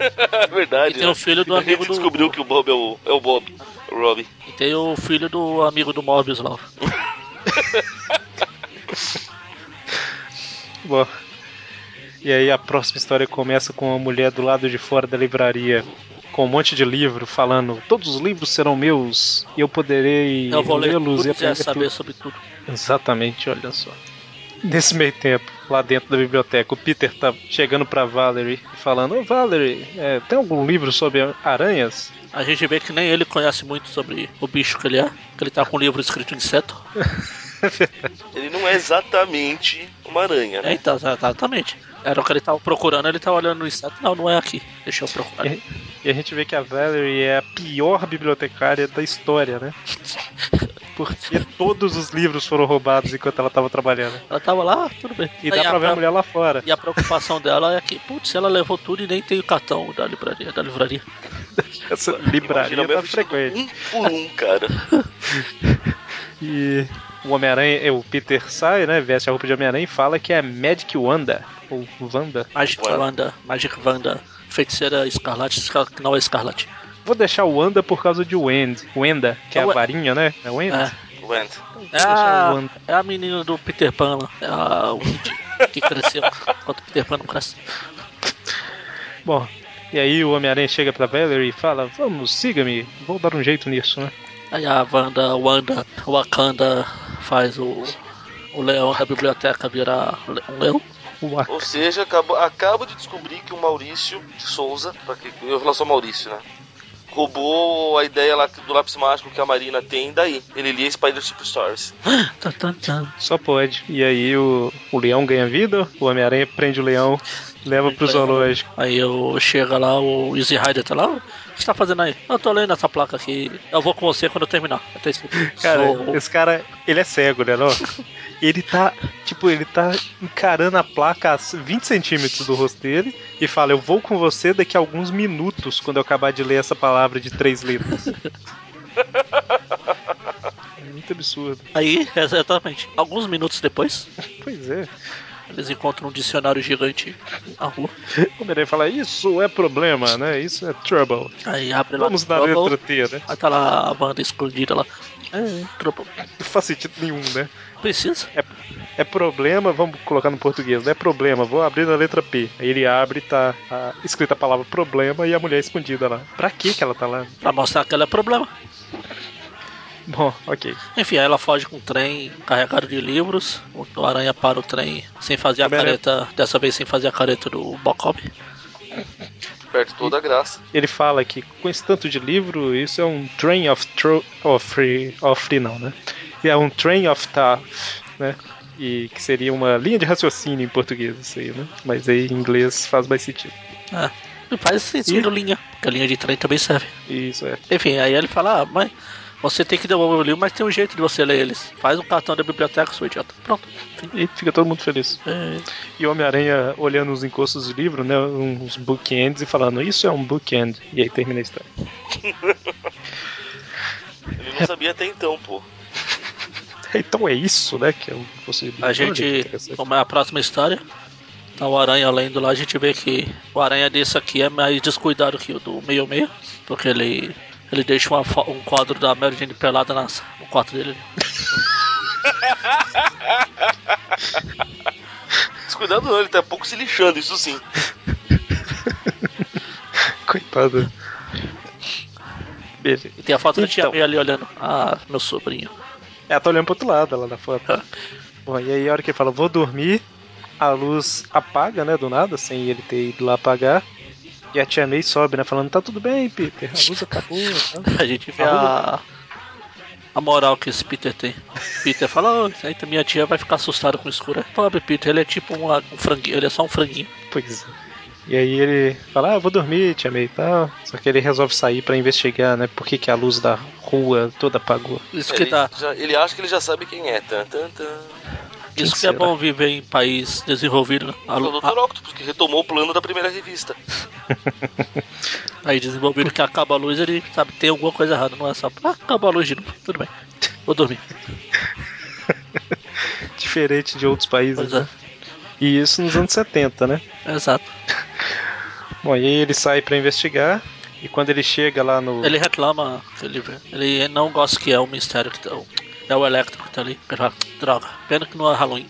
S3: É verdade.
S2: E tem
S3: né?
S2: o filho do
S3: A gente
S2: amigo do-
S3: descobriu que o Bob é o, é o Bob. O Rob.
S2: E tem o filho do amigo do Morbius lá.
S1: Bom. E aí a próxima história começa com uma mulher do lado de fora da livraria com um monte de livro falando todos os livros serão meus e eu poderei
S2: Eu vou ler
S1: lê-los e
S2: tudo e
S1: aprender
S2: saber sobre tudo.
S1: Exatamente, olha só. Nesse meio tempo, lá dentro da biblioteca, o Peter tá chegando pra Valerie e falando: Ô Valerie, é, tem algum livro sobre aranhas? [LAUGHS]
S2: A gente vê que nem ele conhece muito sobre o bicho que ele é. Que ele tá com um livro escrito em seto.
S3: Ele não é exatamente uma aranha,
S2: É,
S3: né?
S2: então, exatamente. Era o que ele tava procurando, ele tava olhando no inseto. Não, não é aqui. Deixa eu procurar.
S1: E, e a gente vê que a Valerie é a pior bibliotecária da história, né? Porque todos os livros foram roubados enquanto ela tava trabalhando.
S2: Ela tava lá, ah, tudo bem.
S1: E dá
S2: a,
S1: pra ver a
S2: pre-
S1: mulher lá fora.
S2: e a preocupação dela é que, putz, ela levou tudo e nem tem o cartão da livraria. Da livraria.
S1: Essa
S3: Imagina,
S1: livraria
S3: meu
S1: tá
S3: vestido
S1: frequente.
S3: Um por um,
S2: [LAUGHS]
S3: cara.
S1: E o Homem-Aranha, é, o Peter sai, né? Veste a roupa de Homem-Aranha e fala que é Magic Wanda. Ou Wanda.
S2: Magic
S3: Ué.
S2: Wanda, Magic Wanda, feiticeira escarlate, esca- não é escarlate.
S1: Vou deixar o Wanda por causa de Wend. Wenda, que é a
S2: Ué.
S1: varinha, né? É Wenda?
S2: É,
S3: Went.
S2: é,
S1: deixar o
S2: a,
S1: Wanda.
S2: é a menina do Peter Pan lá. É [LAUGHS] a Wendy que cresceu enquanto o Peter Pan não cresce.
S1: Bom, E aí o Homem-Aranha chega pra Valerie e fala: Vamos, siga-me, vou dar um jeito nisso, né?
S2: Aí a Wanda, Wanda Wakanda faz o, o leão da biblioteca virar le- um leão.
S1: O Ak-
S3: Ou seja, acabo, acabo de descobrir que o Maurício de Souza, pra que, eu relação ao Maurício, né? Roubou a ideia lá do lápis mágico que a Marina tem daí. Ele lia Spider Superstars.
S2: Tan, tan, tan.
S1: Só pode. E aí o, o leão ganha vida, o Homem-Aranha prende o leão, leva pro zoológico.
S2: Aí eu chega lá, o Easy Rider tá lá. O que você tá fazendo aí? Eu tô lendo essa placa aqui. Eu vou com você quando eu terminar. Tá escrito,
S1: Cara,
S2: "Sou
S1: esse cara, ele é cego, né, [LAUGHS] não? Ele tá, tipo, ele tá encarando a placa a 20 centímetros do rosto dele e fala: Eu vou com você daqui a alguns minutos quando eu acabar de ler essa palavra de três letras. [LAUGHS] É muito absurdo.
S2: Aí, exatamente, alguns minutos depois,
S1: Pois é.
S2: eles encontram um dicionário gigante na rua.
S1: O Homem-Aranha fala: Isso é problema, né? Isso é trouble.
S2: Aí abre lá.
S1: Vamos na
S2: Trouble.
S1: letra T, né?
S2: Aí tá lá a banda escondida lá. É, Trouble.
S1: Não faz sentido nenhum, né?
S2: Precisa.
S1: É problema, vamos colocar no português, não é problema, vou abrir na letra P. Aí ele abre, tá a- escrita a palavra problema e a mulher escondida lá. Pra que que ela tá lá?
S2: Pra mostrar que ela é problema.
S1: Bom, ok.
S2: Enfim, aí ela foge com um trem carregado de livros. O Aranha para o trem sem fazer a
S1: Também, né?
S2: careta. Dessa vez sem fazer a careta do Bocob.
S3: Perto toda a graça.
S1: Ele fala que com esse tanto de livro, isso é um train of tro of free, of free não, né? E é um train of thought, né? E que seria uma linha de raciocínio em português, isso aí, né? Mas aí em inglês faz mais sentido.
S2: É. E faz sentido linha, porque a linha de trem também serve.
S1: Isso é.
S2: Enfim, aí ele fala, ah, mas você tem que devolver o livro, mas tem um jeito de você ler eles. Faz um cartão da biblioteca, seu idiota. Pronto. Enfim.
S1: E fica todo mundo feliz.
S2: É,
S1: E o Homem-Aranha olhando os encostos do livro, né? Uns bookends e falando, isso é um bookend. E aí termina a história.
S3: Ele
S2: É.
S3: não sabia até então, pô.
S1: Então é isso, né? Que é o possibilidade.
S2: A gente. Como é a próxima história? Tá o Aranha lendo lá, a gente vê que o Aranha desse aqui é mais descuidado que o do meio meio, porque ele. Ele deixa uma fo- um quadro da Mary Jane pelada na, no quarto dele.
S3: Descuidado não, ele tá pouco se lixando, isso sim.
S1: [LAUGHS] Coitado. Beleza.
S2: E tem a foto do Tia
S1: Então.
S2: May ali olhando. Ah, meu sobrinho. [LAUGHS]
S1: Ela tá olhando pro outro lado, lá na foto. Bom, e aí a hora que ele fala, vou dormir, a luz apaga, né? Do nada, sem ele ter ido lá apagar. E a tia May sobe, né? Falando, tá tudo bem, Peter. A luz acabou. Tá?
S2: A gente vê a, a moral que esse Peter tem. Peter fala, "Ah, aí minha tia vai ficar assustada com o escuro. Pobre Peter, ele é tipo uma- um franguinho, ele é só um franguinho.
S1: Pois é. E aí ele fala, ah, eu vou dormir, tia May e tal. Só que ele resolve sair pra investigar, né? Por que, que a luz da rua toda apagou.
S2: Isso que
S3: É, Ele,
S2: dá.
S3: já- ele acha que ele já sabe quem é. Tan, tan, tan.
S1: Quem
S2: Isso que é
S1: será?
S2: bom viver em país desenvolvido, né? A
S3: É
S2: lu-
S3: o Dr. Octopus, que retomou o plano da primeira revista.
S2: Aí desenvolvido que acaba a luz, ele sabe que tem alguma coisa errada, não é só. Ah, acabou a luz de novo, tudo bem. [LAUGHS] Vou dormir.
S1: Diferente de outros países.
S2: Pois
S1: né?
S2: é.
S1: E isso nos anos 70, né?
S2: Exato.
S1: Bom, e aí ele sai pra investigar. E quando ele chega lá no.
S2: Ele reclama, que ele, ele não gosta que é o mistério que tá. o- É o elétrico que tá ali. Ele fala, Droga, pena que não é Halloween.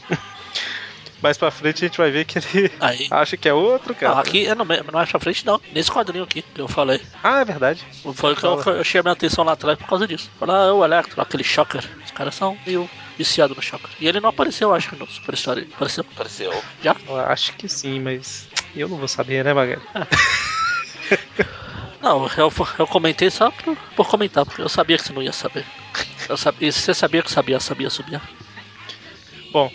S1: Mais pra frente a gente vai ver que ele [LAUGHS]
S2: Aí.
S1: acha que é outro cara.
S2: Não, aqui é no, me- não é pra frente, não. Nesse quadrinho aqui que eu falei.
S1: Ah, é verdade.
S2: Foi que eu, eu chamei a atenção lá atrás por causa disso. Falar, ah, é o Electro, aquele Shocker. Os caras são meio viciados no Shocker. E ele não apareceu, acho que no Super Story. Apareceu?
S3: Apareceu.
S2: Já?
S1: Eu acho que sim, mas eu não vou saber, né, Magali?
S2: Não, eu, eu comentei só por, por comentar, porque eu sabia que você não ia saber. Eu sabia, se você sabia que sabia, sabia, sabia.
S1: Bom,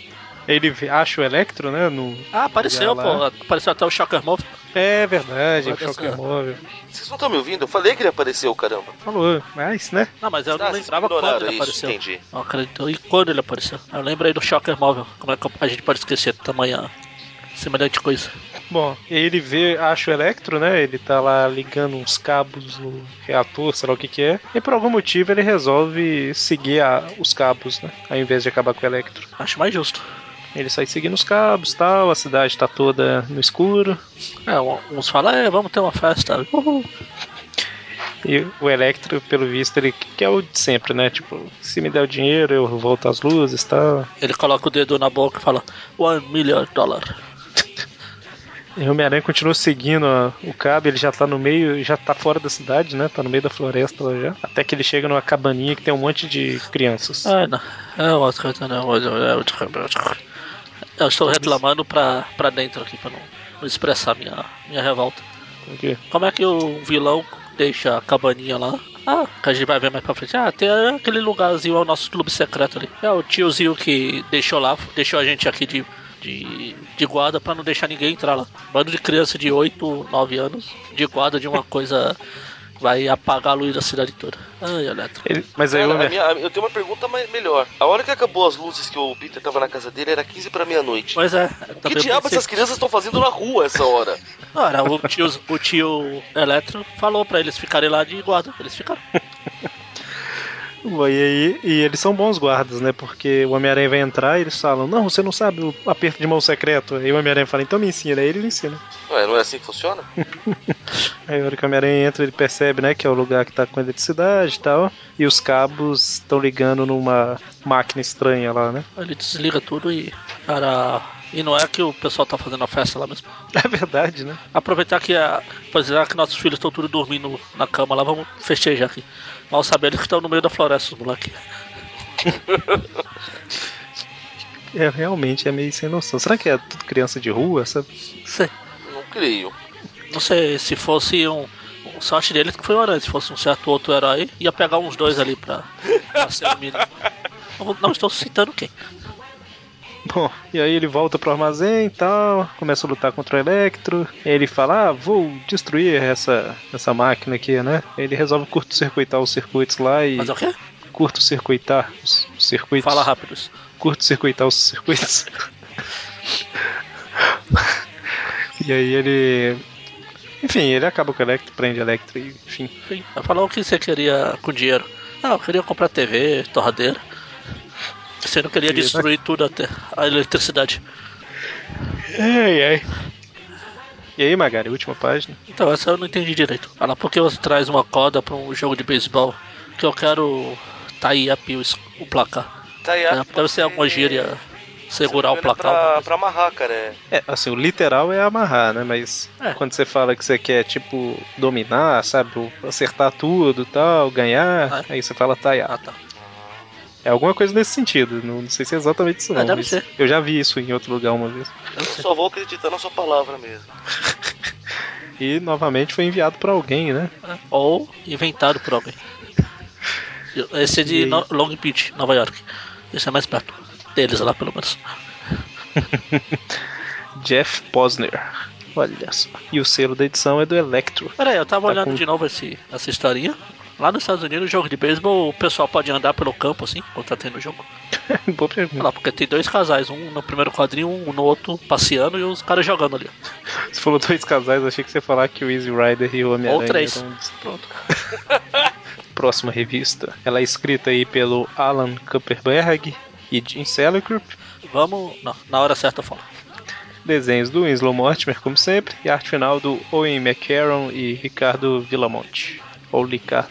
S1: ele vê- acha o Electro, né? No...
S2: Ah, apareceu,
S1: Olha lá.
S2: pô. Apareceu até o Shocker Move.
S1: É verdade,
S2: Olha
S1: o choque
S2: só.
S1: é móvel.
S3: Vocês não estão me ouvindo? Eu falei que ele apareceu, caramba.
S1: Falou, mas, né?
S2: Não, mas eu
S3: Ah,
S2: não
S3: vocês
S2: lembrava
S3: ignoraram
S2: quando ele
S3: isso,
S2: apareceu.
S3: entendi.
S2: Não acredito. E quando ele apareceu? Eu lembro aí do Shocker Móvel. Como é que a gente pode esquecer de tamanha semelhante coisa?
S1: Bom, ele vê, acha o Electro, né? Ele tá lá ligando uns cabos no reator, sei lá o que que é. E por algum motivo ele resolve seguir a- os cabos, né? Ao invés de acabar com o Electro.
S2: Acho mais justo.
S1: Ele sai seguindo os cabos tal, a cidade tá toda no escuro.
S2: É, um- uns falam, é, vamos ter uma festa. Uhul.
S1: E o Electro, pelo visto, ele quer o de sempre, né? Tipo, se me der o dinheiro, eu volto às luzes e tal.
S2: Ele coloca o dedo na boca e fala: One million dollar.
S1: E o Homem-Aranha continua seguindo a- o cabo, ele já tá no meio, já tá fora da cidade, né? Tá no meio da floresta lá já. Até que ele chega numa cabaninha que tem um monte de crianças.
S2: Ah, não. É outra coisa, é não. Eu estou reclamando pra, pra dentro aqui, pra não, não expressar minha, minha revolta.
S1: Aqui.
S2: Como é que o vilão deixa a cabaninha lá? Ah, que a gente vai ver mais pra frente. Ah, tem aquele lugarzinho, é o nosso clube secreto ali. É o tiozinho que deixou lá, deixou a gente aqui de, de, de guarda pra não deixar ninguém entrar lá. Um Bando de criança de 8, 9 anos, de guarda de uma coisa que vai apagar a luz da cidade toda. Ai, Eletro.
S1: Ele- mas aí
S3: Cara,
S1: o
S3: a
S1: Homem-
S3: minha- a- eu tenho uma pergunta mais- melhor. A hora que acabou as luzes que o Peter tava na casa dele era 15 pra meia-noite.
S2: Pois é,
S3: Que
S2: também
S3: diabo
S2: pensei-
S3: essas crianças estão fazendo na rua essa hora?
S2: Ora, o tio, o tio Eletro falou pra eles ficarem lá de guarda. Eles ficaram.
S1: Bom, E, aí, e eles são bons guardas, né? Porque o Homem-Aranha vai entrar e eles falam: Não, você não sabe o aperto de mão secreto. Aí o Homem-Aranha fala: Então me ensina. Aí ele ensina.
S3: Ué, não é assim que funciona?
S1: Aí a hora que o Homem-Aranha entra, ele percebe, né? Que é o lugar que tá com eletricidade e tal. E os cabos estão ligando numa máquina estranha lá, né? [LAUGHS]
S2: Ele desliga tudo e. Cara. E não é que o pessoal tá fazendo a festa lá mesmo.
S1: É verdade, né?
S2: Aproveitar que a. Pois é, que nossos filhos estão tudo dormindo na cama lá, vamos festejar aqui. Mal sabendo que estão no meio da floresta, os moleque.
S1: É, realmente é meio sem noção. Será que é tudo criança de rua? Sabe?
S2: Sei.
S3: Não creio.
S2: Não sei se fosse um. um sorte dele que foi o herói. Se fosse um certo outro herói, ia pegar uns dois ali pra, pra ser o menino. Não, vou- não estou citando quem.
S1: Bom, e aí ele volta pro armazém e tal, começa a lutar contra o Electro. E aí ele fala: Ah, vou destruir essa, essa máquina aqui, né? Ele resolve curto-circuitar os circuitos lá e
S2: Mas é o quê?
S1: curto-circuitar os circuitos.
S2: Fala rápido. isso.
S1: curto-circuitar os circuitos. [LAUGHS] e aí ele. Enfim, ele acaba com o Electro, prende o Electro e enfim.
S2: Sim, vai falar o que você queria com dinheiro. Ah, eu queria comprar TV, torradeira. Você não queria
S1: Queria, né?
S2: destruir tudo até a eletricidade.
S1: Ai, ai. E aí, Magari, última página.
S2: Então, essa eu não entendi direito. Fala, por que você traz uma corda pra um jogo de beisebol? Que eu quero taiar o, es- o placar.
S3: Tá aí,
S2: É,
S3: acho que
S2: deve ser alguma gíria segurar o
S3: Ele é
S2: placar.
S3: Pra, pra amarrar, cara. é.
S1: É, assim, o literal é amarrar, né? Mas
S2: É.
S1: quando você fala que você quer, tipo, dominar, sabe? Ou Acertar tudo e tal, ganhar, aí você fala
S2: Ah,
S1: taiá.
S2: tá.
S1: É alguma coisa nesse sentido. Não, não sei se é exatamente isso,
S2: É,
S1: não.
S2: deve
S1: mas
S2: ser.
S1: Eu já vi isso em outro lugar uma vez.
S3: Eu só vou acreditar na sua palavra mesmo.
S1: E novamente foi enviado pra alguém, né?
S2: Ou inventado por alguém. Esse é
S1: E
S2: de
S1: aí?
S2: No- Long Beach, Nova York. Esse é mais perto. Deles lá, pelo menos.
S1: Jeff Posner. Olha só. E o selo da edição é do Electro. [LAUGHS]
S2: Peraí, eu tava
S1: Tá
S2: olhando
S1: com-
S2: de novo esse, essa historinha. Lá nos Estados Unidos, jogo de beisebol, o pessoal pode andar pelo campo assim, quando tá tendo jogo.
S1: Boa
S2: Olha
S1: pergunta.
S2: lá, porque tem dois casais, um no primeiro quadrinho, um no outro passeando e os caras jogando ali.
S1: Você falou dois casais, achei que você ia falar que o Easy Rider e o Homem-Aranha
S2: Ou três.
S1: eram des- Pronto. [LAUGHS] Próxima revista. Ela é escrita aí pelo Alan Kupperberg e Jim Selicrup.
S2: Vamos. Não, na hora
S1: [LAUGHS]
S2: certa eu falo.
S1: Desenhos do Winslow Mortimer, como sempre. E arte final do Owen McCarron e Ricardo Villamonte. Ou Licardo.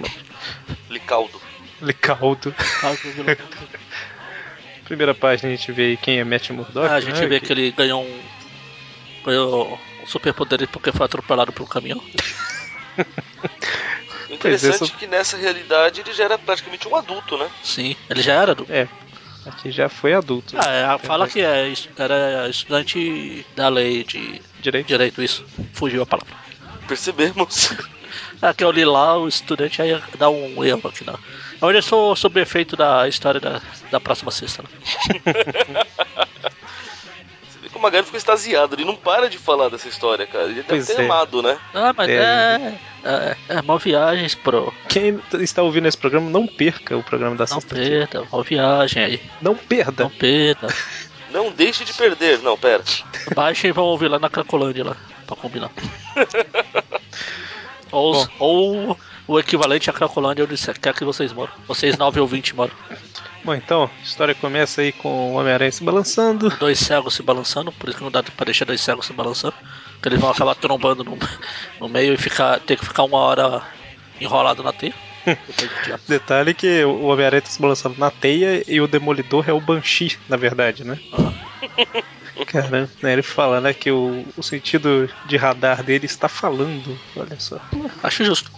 S1: [LAUGHS]
S3: Licaldo.
S1: Licardo. Primeira página a gente vê aí quem é Matt Murdock.
S2: Ah, a gente
S1: né,
S2: vê que ele ganhou um. ganhou um superpoder porque foi atropelado pelo caminhão.
S3: O Interessante
S1: Pois é,
S3: que nessa realidade ele já era praticamente um adulto, né?
S2: Sim, ele já era do.
S1: É, aqui já foi adulto.
S2: Ah, é, fala que é, es- era estudante da lei de
S1: Direito?
S2: direito, isso. Fugiu a palavra.
S3: Percebemos. [LAUGHS]
S2: Ah, que eu li lá, o estudante aí dá um erro aqui na. Olha, eu sou sob efeito da história da, da próxima sexta, né?
S3: Você vê que o Magari ficou extasiado. Ele não para de falar dessa história, cara. Ele deve
S1: Pois
S3: ter
S1: é.
S3: amado, né?
S2: Ah, mas
S1: É.
S2: é. É, é, mó viagens, pro.
S1: Quem t- está ouvindo esse programa, não perca o programa da
S2: Não
S1: sexta.
S2: perda, mó viagem aí.
S1: Não perda.
S2: Não perda.
S3: Não deixe de perder. Não, pera.
S2: Baixa e vão ouvir lá na Cracolândia lá, pra combinar. ou, os- ou o equivalente à Cracolândia onde você quer que vocês moram. Vocês 9 ou 20 moram.
S1: Bom, então, a história começa aí com o Homem-Aranha se balançando.
S2: Dois cegos se balançando, por isso que não dá pra deixar dois cegos se balançando. Porque eles vão acabar trombando no, no meio e ficar, ter que ficar uma hora enrolado na
S1: [LAUGHS]
S2: teia. Depois de diabo.
S1: Detalhe que o Homem-Aranha tá se balançando na teia e o Demolidor é o Banshee, na verdade, né? Caramba, né, ele fala né, que o, o sentido de radar dele está falando. Olha só.
S2: Acho justo.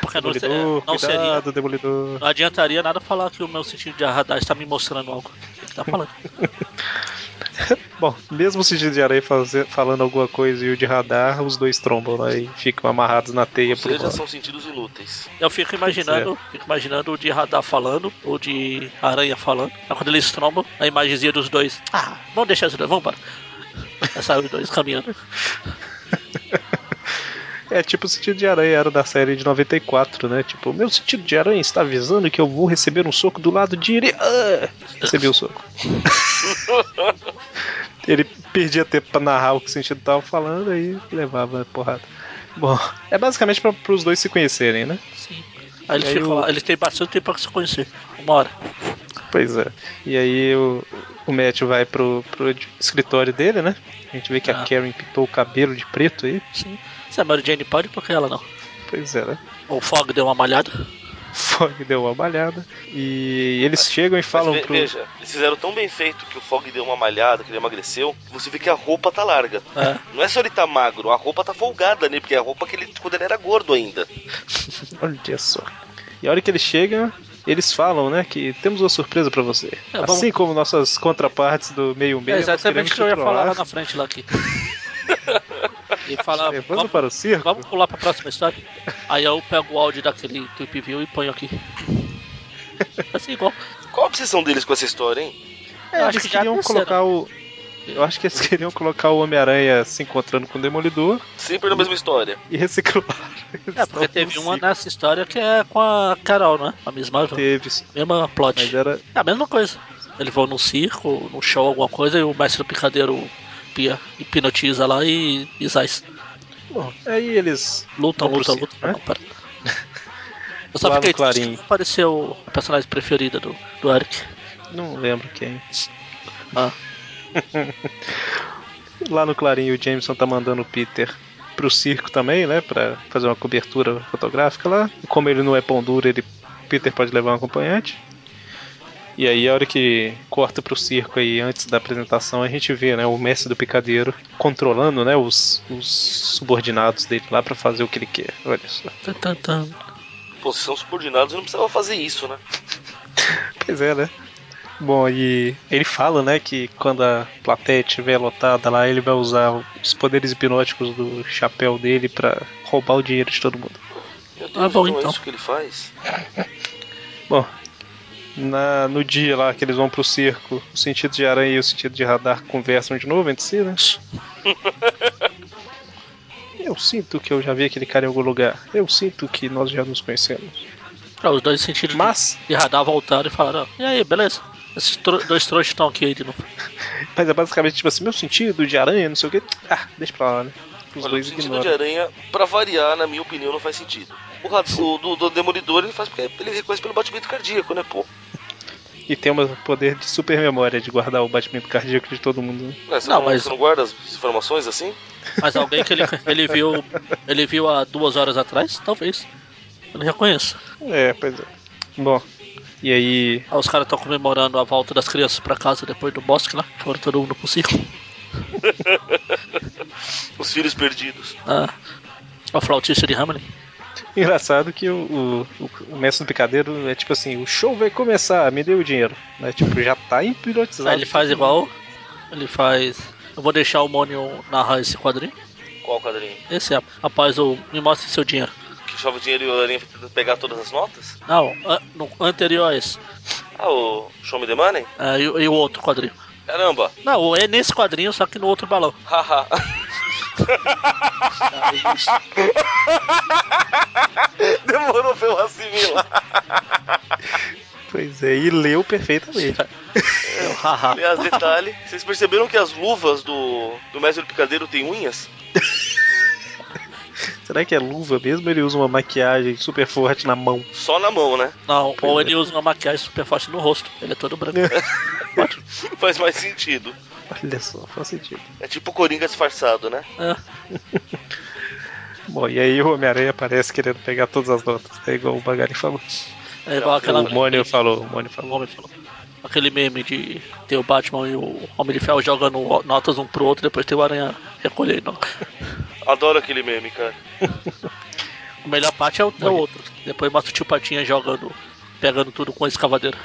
S2: Porque não,
S1: Demolidor,
S2: não seria.
S1: cuidado, demolidor.
S2: Não adiantaria nada falar que o meu sentido de radar está me mostrando algo. Ele tá falando.
S1: Bom, mesmo o sentido de aranha faze- falando alguma coisa e o de radar, os dois trombam né, e ficam amarrados na teia
S3: Ou
S1: por
S3: seja,
S1: hora.
S3: são sentidos inúteis.
S2: Eu fico imaginando, fico imaginando o de radar falando, ou de aranha falando. Aí quando eles trombam, a imagenzinha dos dois. Ah, vamos deixar os dois, vamos embora. Aí saem os dois caminhando.
S1: É tipo o sentido de aranha era da série de 94, né? Tipo, meu sentido de aranha está avisando que eu vou receber um soco do lado direito. Ah! Recebi o
S3: [LAUGHS]
S1: soco. Ele perdia tempo pra narrar o que o sentido tava falando e levava a porrada. Bom, é basicamente pra, pros dois se conhecerem, né?
S2: Sim. Aí eles,
S1: E aí
S2: ficam
S1: o-
S2: lá, eles têm bastante tempo pra se conhecer. Uma hora.
S1: Pois é. E aí o, o Matt vai pro, pro ed- escritório dele, né? A gente vê que a
S2: Ah.
S1: Karen pintou o cabelo de preto aí.
S2: Sim. Se a é Mary Jane pode, por que ela não?
S1: Pois é, né? [LAUGHS]
S2: O Fog deu uma malhada.
S1: Fogg deu uma malhada. E eles chegam e falam
S3: Mas, ve-
S1: pro.
S3: Veja, eles fizeram tão bem feito que o Fog deu uma malhada, que ele emagreceu, que você vê que a roupa tá larga.
S2: É.
S3: Não é só ele tá magro, a roupa tá folgada nele, porque é a roupa que ele quando ele era gordo ainda.
S1: Olha só. E a hora que ele chega, eles falam, né, que temos uma surpresa pra você.
S2: É, vamos-
S1: Assim como nossas contrapartes do meio meio.
S2: É exatamente o que eu ia falar lá na frente,
S1: [LAUGHS]
S2: lá aqui. E falar,
S1: Levando
S2: vamos,
S1: É, para o circo.
S2: vamos pular pra próxima história? Aí eu pego o áudio daquele Tweep View e
S1: [LAUGHS]
S2: ponho aqui. Assim, igual.
S3: Qual a obsessão deles com essa história, hein?
S1: É,
S2: eu
S1: eles
S2: acho que já
S1: queriam
S2: terceira.
S1: colocar o. Eu acho que eles queriam colocar o Homem-Aranha se encontrando com o Demolidor
S3: Sempre na mesma história.
S1: e reciclar.
S2: É, porque teve uma nessa história que é com a Carol, né? A mesma,
S1: Teve,
S2: mesma
S1: mas
S2: plot. É...
S1: era.
S2: a mesma coisa. Eles vão num circo, num show, alguma coisa, e o mestre do picadeiro pia, hipnotiza lá e, e zaz.
S1: Bom, aí eles.
S2: Lutam,
S1: Vamos
S2: lutam,
S1: pro
S2: lutam.
S1: circo,
S2: Ah,
S1: né?
S2: Não, pera. Eu só
S1: Lá no
S2: fiquei triste
S1: Clarim.
S2: que não apareceu a personagem preferida do, do Eric.
S1: Não lembro quem.
S2: Ah,
S1: Lá no Clarinho, o Jameson tá mandando o Peter pro circo também, né? Pra fazer uma cobertura fotográfica lá. E como ele não é pão duro, ele, Peter pode levar um acompanhante. E aí, a hora que corta pro circo aí, antes da apresentação, a gente vê, né? O mestre do picadeiro controlando, né? Os, os subordinados dele lá pra fazer o que ele quer. Olha só.
S2: tan, tan, tan.
S3: Pô, se são subordinados, não precisava fazer isso, né?
S1: Pois é, né? Bom, e ele fala, né, que quando a plateia estiver lotada lá, ele vai usar os poderes hipnóticos do chapéu dele pra roubar o dinheiro de todo mundo.
S3: Meu Deus,
S2: Ah, bom,
S3: então é
S2: então.
S3: isso que ele faz.
S1: Bom, na, no dia lá que eles vão pro circo, o sentido de aranha e o sentido de radar conversam de novo entre si,
S3: [LAUGHS]
S1: né? Eu sinto que eu já vi aquele cara em algum lugar. Eu sinto que nós já nos conhecemos.
S2: Ah, os dois sentidos de-
S1: Mas
S2: de radar voltaram e falaram, "Ah, e aí, beleza? Esses tro- dois trouxas estão aqui de novo.
S1: Mas é basicamente tipo assim, meu sentido de aranha, não sei o que. Ah, deixa pra lá, né? Os
S3: Olha, o
S1: dois
S3: sentido
S1: ignoram.
S3: de aranha, pra variar, na minha opinião, não faz sentido. O, rad- o do, do Demolidor ele faz porque ele reconhece pelo batimento cardíaco, né, pô?
S1: E tem o poder de super memória de guardar o batimento cardíaco de todo mundo. né?
S3: Não, você
S2: Não,
S3: não,
S2: mas-
S3: você não guarda as informações assim?
S2: Mas alguém que ele, ele viu ele viu há duas horas atrás, talvez. Eu não reconheço.
S1: É, pois é. Bom, e aí.
S2: Ah, os caras estão comemorando a volta das crianças pra casa depois do bosque lá. Foram todo mundo pro circo.
S3: Os filhos perdidos.
S2: Ah, a flautista de Hamlin.
S1: Engraçado que o, o, o mestre do picadeiro é tipo assim: o show vai começar, me dê o dinheiro. Né? Tipo, já tá hipnotizado.
S2: Aí Ah, ele faz igual. Ele faz. Eu vou deixar o Mônio narrar esse quadrinho.
S3: Qual quadrinho?
S2: Esse é. Rapaz, o me mostre seu dinheiro.
S3: Que chove dinheiro e o aranha tenta pegar todas as notas?
S2: Não, an- no anterior a esse.
S3: Ah, o Show Me The Money?
S2: Ah, e, e o outro quadrinho.
S3: Caramba! [LAUGHS]
S2: Não, é nesse quadrinho, só que no
S1: [LAUGHS]
S2: outro balão.
S3: Haha! [LAUGHS] Demorou pra eu assimilar.
S1: Pois é, e leu perfeitamente.
S2: Eu, haha.
S3: Aliás, detalhe: vocês perceberam que as luvas do, do mestre do picadeiro têm unhas?
S1: Será que é luva mesmo? Ele usa uma maquiagem super forte na mão.
S3: Só na mão, né? [LAUGHS]
S2: Não, ou ele usa uma maquiagem super forte no rosto. Ele é
S1: [LAUGHS]
S2: todo branco.
S3: Faz mais sentido.
S1: Olha só, faz sentido.
S3: É tipo o Coringa disfarçado, né?
S2: É.
S1: Bom, e aí o Homem-Aranha aparece querendo pegar todas as notas, né? igual o Bagari falou.
S2: É igual aquela.
S1: O Mônio falou, o Mônio
S2: O
S1: falou.
S2: homem falou. aquele meme de ter o Batman e o Homem de Ferro jogando notas um pro outro depois tem o Aranha recolhendo.
S3: Adoro aquele meme, cara.
S2: A melhor parte é o, é o outro. Depois mostra o tio Patinha jogando, pegando tudo com a escavadeira.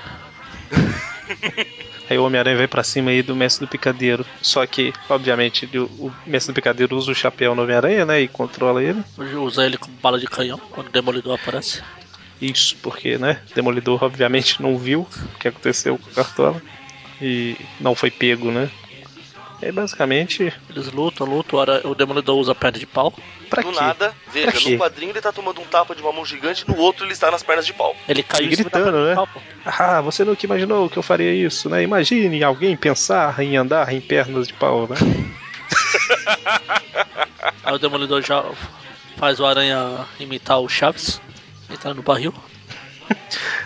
S1: Aí o Homem-Aranha vem pra cima aí do Mestre do Picadeiro. Só que, obviamente, ele- o Mestre do Picadeiro usa o chapéu no Homem-Aranha, né? E controla ele.
S2: Hoje usa ele como bala de canhão quando o Demolidor aparece.
S1: Isso, porque, né? Demolidor, obviamente, não viu o que aconteceu com o Cartola. E não foi pego, né? E aí, basicamente,
S2: Eles lutam, lutam, o Ara- o Demolidor usa pedra de pau.
S1: pra
S3: do
S1: quê?
S3: nada,
S1: Pra
S3: veja,
S1: quê?
S3: no quadrinho ele tá tomando um tapa de uma mão gigante, no outro ele está nas pernas de pau.
S2: Ele caiu
S1: E
S2: em cima da
S1: gritando,
S2: pedra
S1: né?
S2: de pau, pô.
S1: Ah, você nunca imaginou que eu faria isso, né? Imagine alguém pensar em andar em pernas de pau, né?
S2: Aí o Demolidor já faz o Aranha imitar o Chaves, entrar no barril.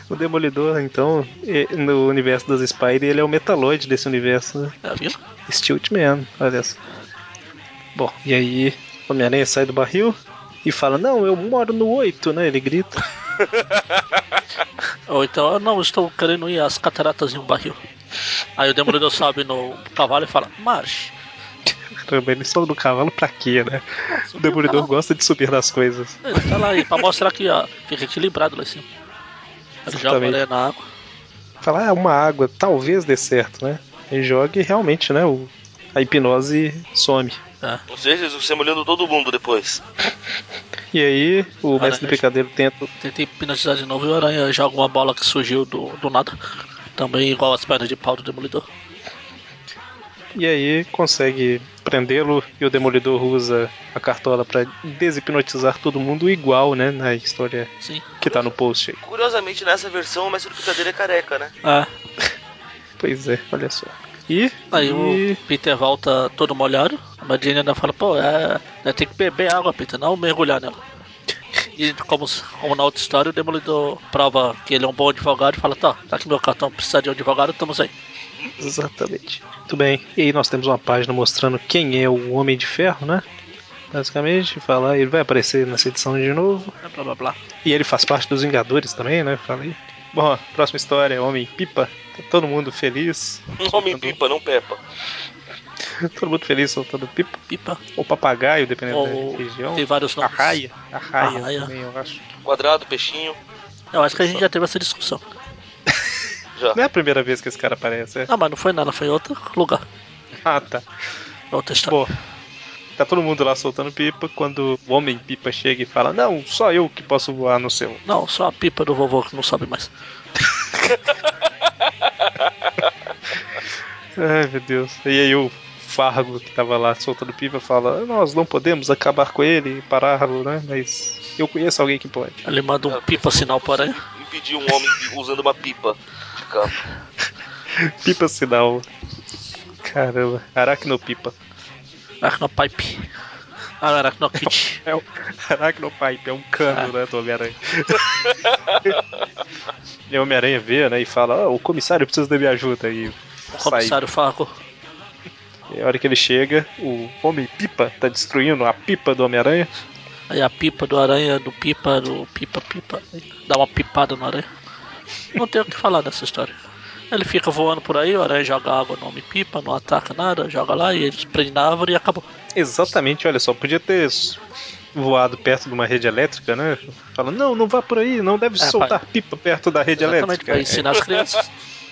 S1: O Demolidor, então, e- no universo das Spider, ele é o Metaloid desse universo, né?
S2: É, viu?
S1: Stilt Man, olha só. Bom, e aí o Homem-Aranha sai do barril e fala, não, eu moro no 8, né? Ele grita. [LAUGHS]
S2: Ou então, eu não estou querendo ir às cataratas em um barril. Aí o Demolidor sobe no cavalo e fala, marche.
S1: Caramba, ele sobe do cavalo pra quê, né? O Demolidor gosta de subir nas coisas.
S2: Ele tá lá aí, pra mostrar que ó, fica equilibrado lá em cima. Ele joga a
S1: Exatamente.
S2: aranha na água.
S1: Fala, ah, uma água, talvez dê certo, né? Ele joga e realmente, né, o, a hipnose some.
S2: É.
S3: Ou seja, você molhando todo mundo depois.
S1: E aí o
S2: Olha,
S1: mestre do
S2: gente.
S1: picadeiro tenta
S2: Tentei hipnotizar de novo e o aranha joga uma bola que surgiu do, do nada. Também igual as pernas de pau do Demolidor.
S1: E aí consegue prendê-lo e o Demolidor usa a cartola pra deshipnotizar todo mundo igual, né? Na história
S2: Sim.
S1: que tá no post aí.
S3: Curiosamente, nessa versão, o mestre do picadeiro é careca, né?
S2: É.
S1: Pois é, olha só. E
S2: Aí
S1: e-
S2: o Peter volta todo molhado. A Madine ainda fala, pô, é, né, tem que beber água, Peter, não mergulhar nela. E como, s- como na outra história, o Demolidor prova que ele é um bom advogado e fala, tá, tá aqui meu cartão, precisa de um advogado, estamos aí.
S1: Exatamente. Muito bem. E aí nós temos uma página mostrando quem é o Homem de Ferro, né? Basicamente, falar, ele vai aparecer nessa edição de novo.
S2: Né, Blá blá blá.
S1: E ele faz parte dos Vingadores também, né? Falei. Bom, próxima história, Homem Pipa. Tá todo mundo feliz. [LAUGHS]
S3: Um homem pipa, não Peppa.
S1: Todo mundo feliz soltando pipa.
S2: Pipa.
S1: Ou papagaio, dependendo da
S2: Ou-
S1: É, região.
S2: Tem vários
S1: A
S2: nomes.
S1: raia. A raia
S2: Arraia.
S1: também, eu acho.
S3: Quadrado, peixinho,
S2: Eu acho que a gente já teve essa discussão.
S3: já.
S1: Não é a primeira vez que esse cara aparece, é?
S2: Não, mas não foi nada, foi em outro lugar.
S1: Ah, tá.
S2: Outra história.
S1: Bom, tá todo mundo lá soltando pipa quando o homem pipa chega e fala: Não, só eu que posso voar no céu.
S2: Não, só a pipa do vovô que não sabe mais.
S1: Ai, meu Deus. E aí o Fargo, que tava lá soltando pipa, fala: Nós não podemos acabar com ele e pará-lo, né? Mas eu conheço alguém que pode.
S2: Ele manda um pipa sinal para ele.
S3: Impedir um homem de- usando uma pipa de capa.
S1: Pipa sinal. Caramba, aracnopipa.
S2: [LAUGHS] Aracnopipe. Ah, Aracnokit.
S1: É o Aracnopipe, é um cano, né, do Homem-Aranha. [LAUGHS] e o Homem-Aranha vê, né, e fala, "Ah, o comissário precisa da minha ajuda. E
S2: O
S1: sai.
S2: comissário Fargo.
S1: E É a hora que ele chega, o Homem-Pipa tá destruindo a pipa do Homem-Aranha.
S2: Aí a pipa do aranha, do pipa, do pipa, pipa. aí Dá uma pipada no aranha. Não tem o que falar dessa história. Ele fica voando por aí, o aranha joga água no homem pipa, não ataca nada, joga lá e eles prendem na árvore e acabou.
S1: Exatamente, olha só, podia ter s- voado perto de uma rede elétrica, né? Fala, não, não vá por aí, não deve
S2: É,
S1: soltar pipa perto da rede
S2: Exatamente,
S1: elétrica. é.
S2: pra ensinar as crianças.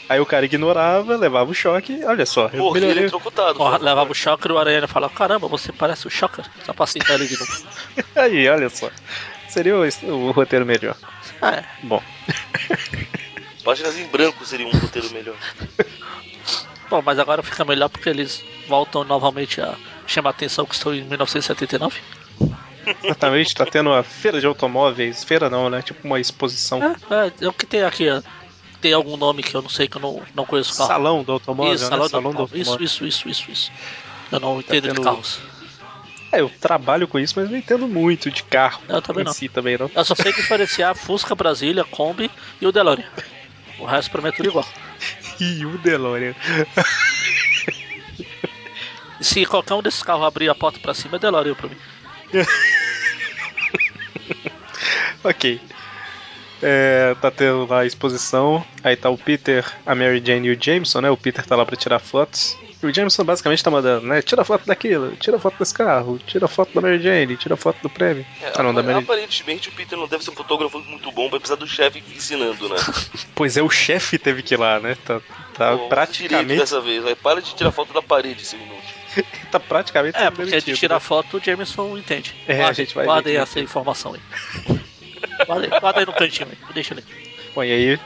S1: Aí o cara ignorava, levava o choque, olha só. eu
S3: Morri
S1: melhorei-
S3: é eletrocutado.
S2: Ó, Levava o choque e o aranha fala, caramba, você parece o Shocker. Só pra citar ele de novo.
S1: [LAUGHS] Aí, olha só. Seria o- o roteiro melhor.
S2: É,
S1: Bom,
S3: Páginas em branco seria um
S1: [LAUGHS]
S3: roteiro melhor.
S2: Bom, mas agora fica melhor porque eles voltam novamente a chamar a atenção que estão em 1979.
S1: Exatamente, tá tendo uma feira de automóveis, feira não, né? Tipo uma exposição.
S2: É, é, é o que tem aqui. ó. Tem algum nome que eu não sei, que eu não, não conheço o carro.
S1: um Salão do automóvel,
S2: isso,
S1: né?
S2: salão,
S1: salão
S2: do automóvel. Isso, isso, isso, isso, isso. Eu não entendo de
S1: tendo-
S2: carros.
S1: É, eu trabalho com isso, mas não entendo muito de carro.
S2: Eu também
S1: em
S2: não.
S1: si também não.
S2: Eu só sei diferenciar Fusca Brasília, Kombi e o DeLorean. O resto pra mim é tudo igual.
S1: E o DeLorean. [LAUGHS]
S2: E se qualquer um desses carros abrir a porta pra cima, é DeLorean pra mim.
S1: ok. É, tá tendo lá a exposição. Aí tá o Peter, a Mary Jane e o Jameson, né? O Peter tá lá pra tirar fotos. E o Jameson basicamente tá mandando, né? Tira foto daquilo, tira foto desse carro, tira foto da Mary Jane, tira foto do prêmio.
S3: É,
S1: ah, não, da
S3: apa-
S1: Mary
S3: Aparentemente o Peter não deve ser um fotógrafo muito bom, vai precisar do chefe ensinando, né?
S1: Pois é, o chefe teve que ir lá, né? Tá, tá
S3: Pô, direito
S1: praticamente.
S3: dessa vez, vai. Para de tirar foto da parede, seu inútil.
S1: Tá praticamente.
S2: É,
S1: sendo
S2: porque
S1: demitido,
S2: de tirar
S1: né?
S2: foto o Jameson entende.
S1: É,
S2: Guardem-
S1: a gente vai
S2: Guardem
S1: ver
S2: essa informação aí. guardem, guardem no cantinho aí, deixa ele.
S1: né? Bom, e aí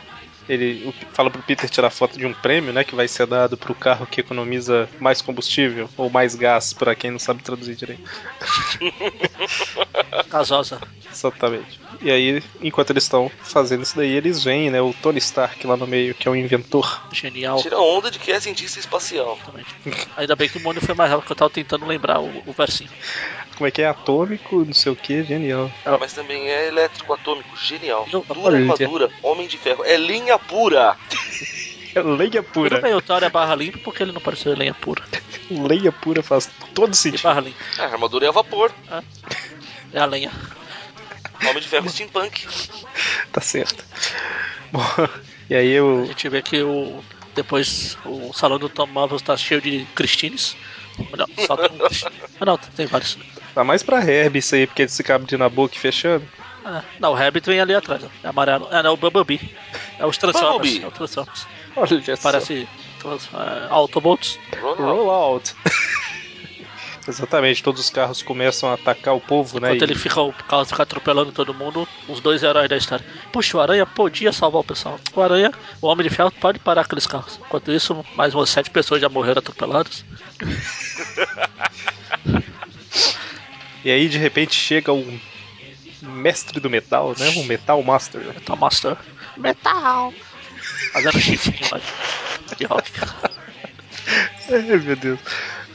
S1: ele o- fala pro Peter tirar foto de um prêmio, né? Que vai ser dado pro carro que economiza mais combustível ou mais gás, pra quem não sabe traduzir direito.
S2: Casosa.
S1: Exatamente. E aí, enquanto eles estão fazendo isso daí, eles veem, né? O Tony Stark lá no meio, que é o inventor.
S2: Genial.
S3: Tira onda de que é cientista espacial.
S2: Exatamente. Ainda bem que o Mônio foi mais rápido que eu tava tentando lembrar o, o versinho.
S1: Como é que é? Atômico, não sei o que, genial.
S3: Mas também é elétrico atômico, genial.
S2: Eu-
S3: Dura
S1: olha.
S3: armadura, homem de ferro. É linha pura.
S1: É Leia
S2: Tudo
S1: pura.
S2: bem, o Thor é barra limpa porque ele não pareceu lenha pura.
S1: Leia pura faz todo
S2: E
S1: sentido.
S2: barra limpa
S3: É, armadura é a vapor.
S2: é a lenha.
S3: Homem de ferro
S1: [LAUGHS]
S3: é steampunk.
S1: Tá certo. Bom, e aí o,
S2: A gente vê que o. Depois o salão do Tom Marvel tá cheio de Cristines. Não, só tem um Christine. Ah, não, tem vários.
S1: Tá mais pra Herb isso aí, porque ele se cabe de na boca e fechando.
S2: Ah, não, o Rabbit vem ali atrás, ó. É amarelo. Ah, não, o Bumblebee. É os Transformers.
S3: Bumblebee.
S2: É os Transformers.
S1: Olha só.
S2: Parece um trans, é, Autobots.
S3: Ronald.
S1: Rollout. [LAUGHS] Exatamente, todos os carros começam a atacar o povo, né?
S2: Enquanto
S1: e-
S2: ele fica, o carro fica atropelando todo mundo, os dois heróis da história. Puxa, o Aranha podia salvar o pessoal. O Aranha, o Homem de Ferro, pode parar aqueles carros. Enquanto isso, mais umas sete pessoas já morreram atropeladas.
S1: E aí, de repente, chega um mestre do metal, né? Um Metal Master.
S2: Metal É Master. Metal! Fazendo chifrinho lá de- de rock.
S1: [LAUGHS] Ai, meu Deus.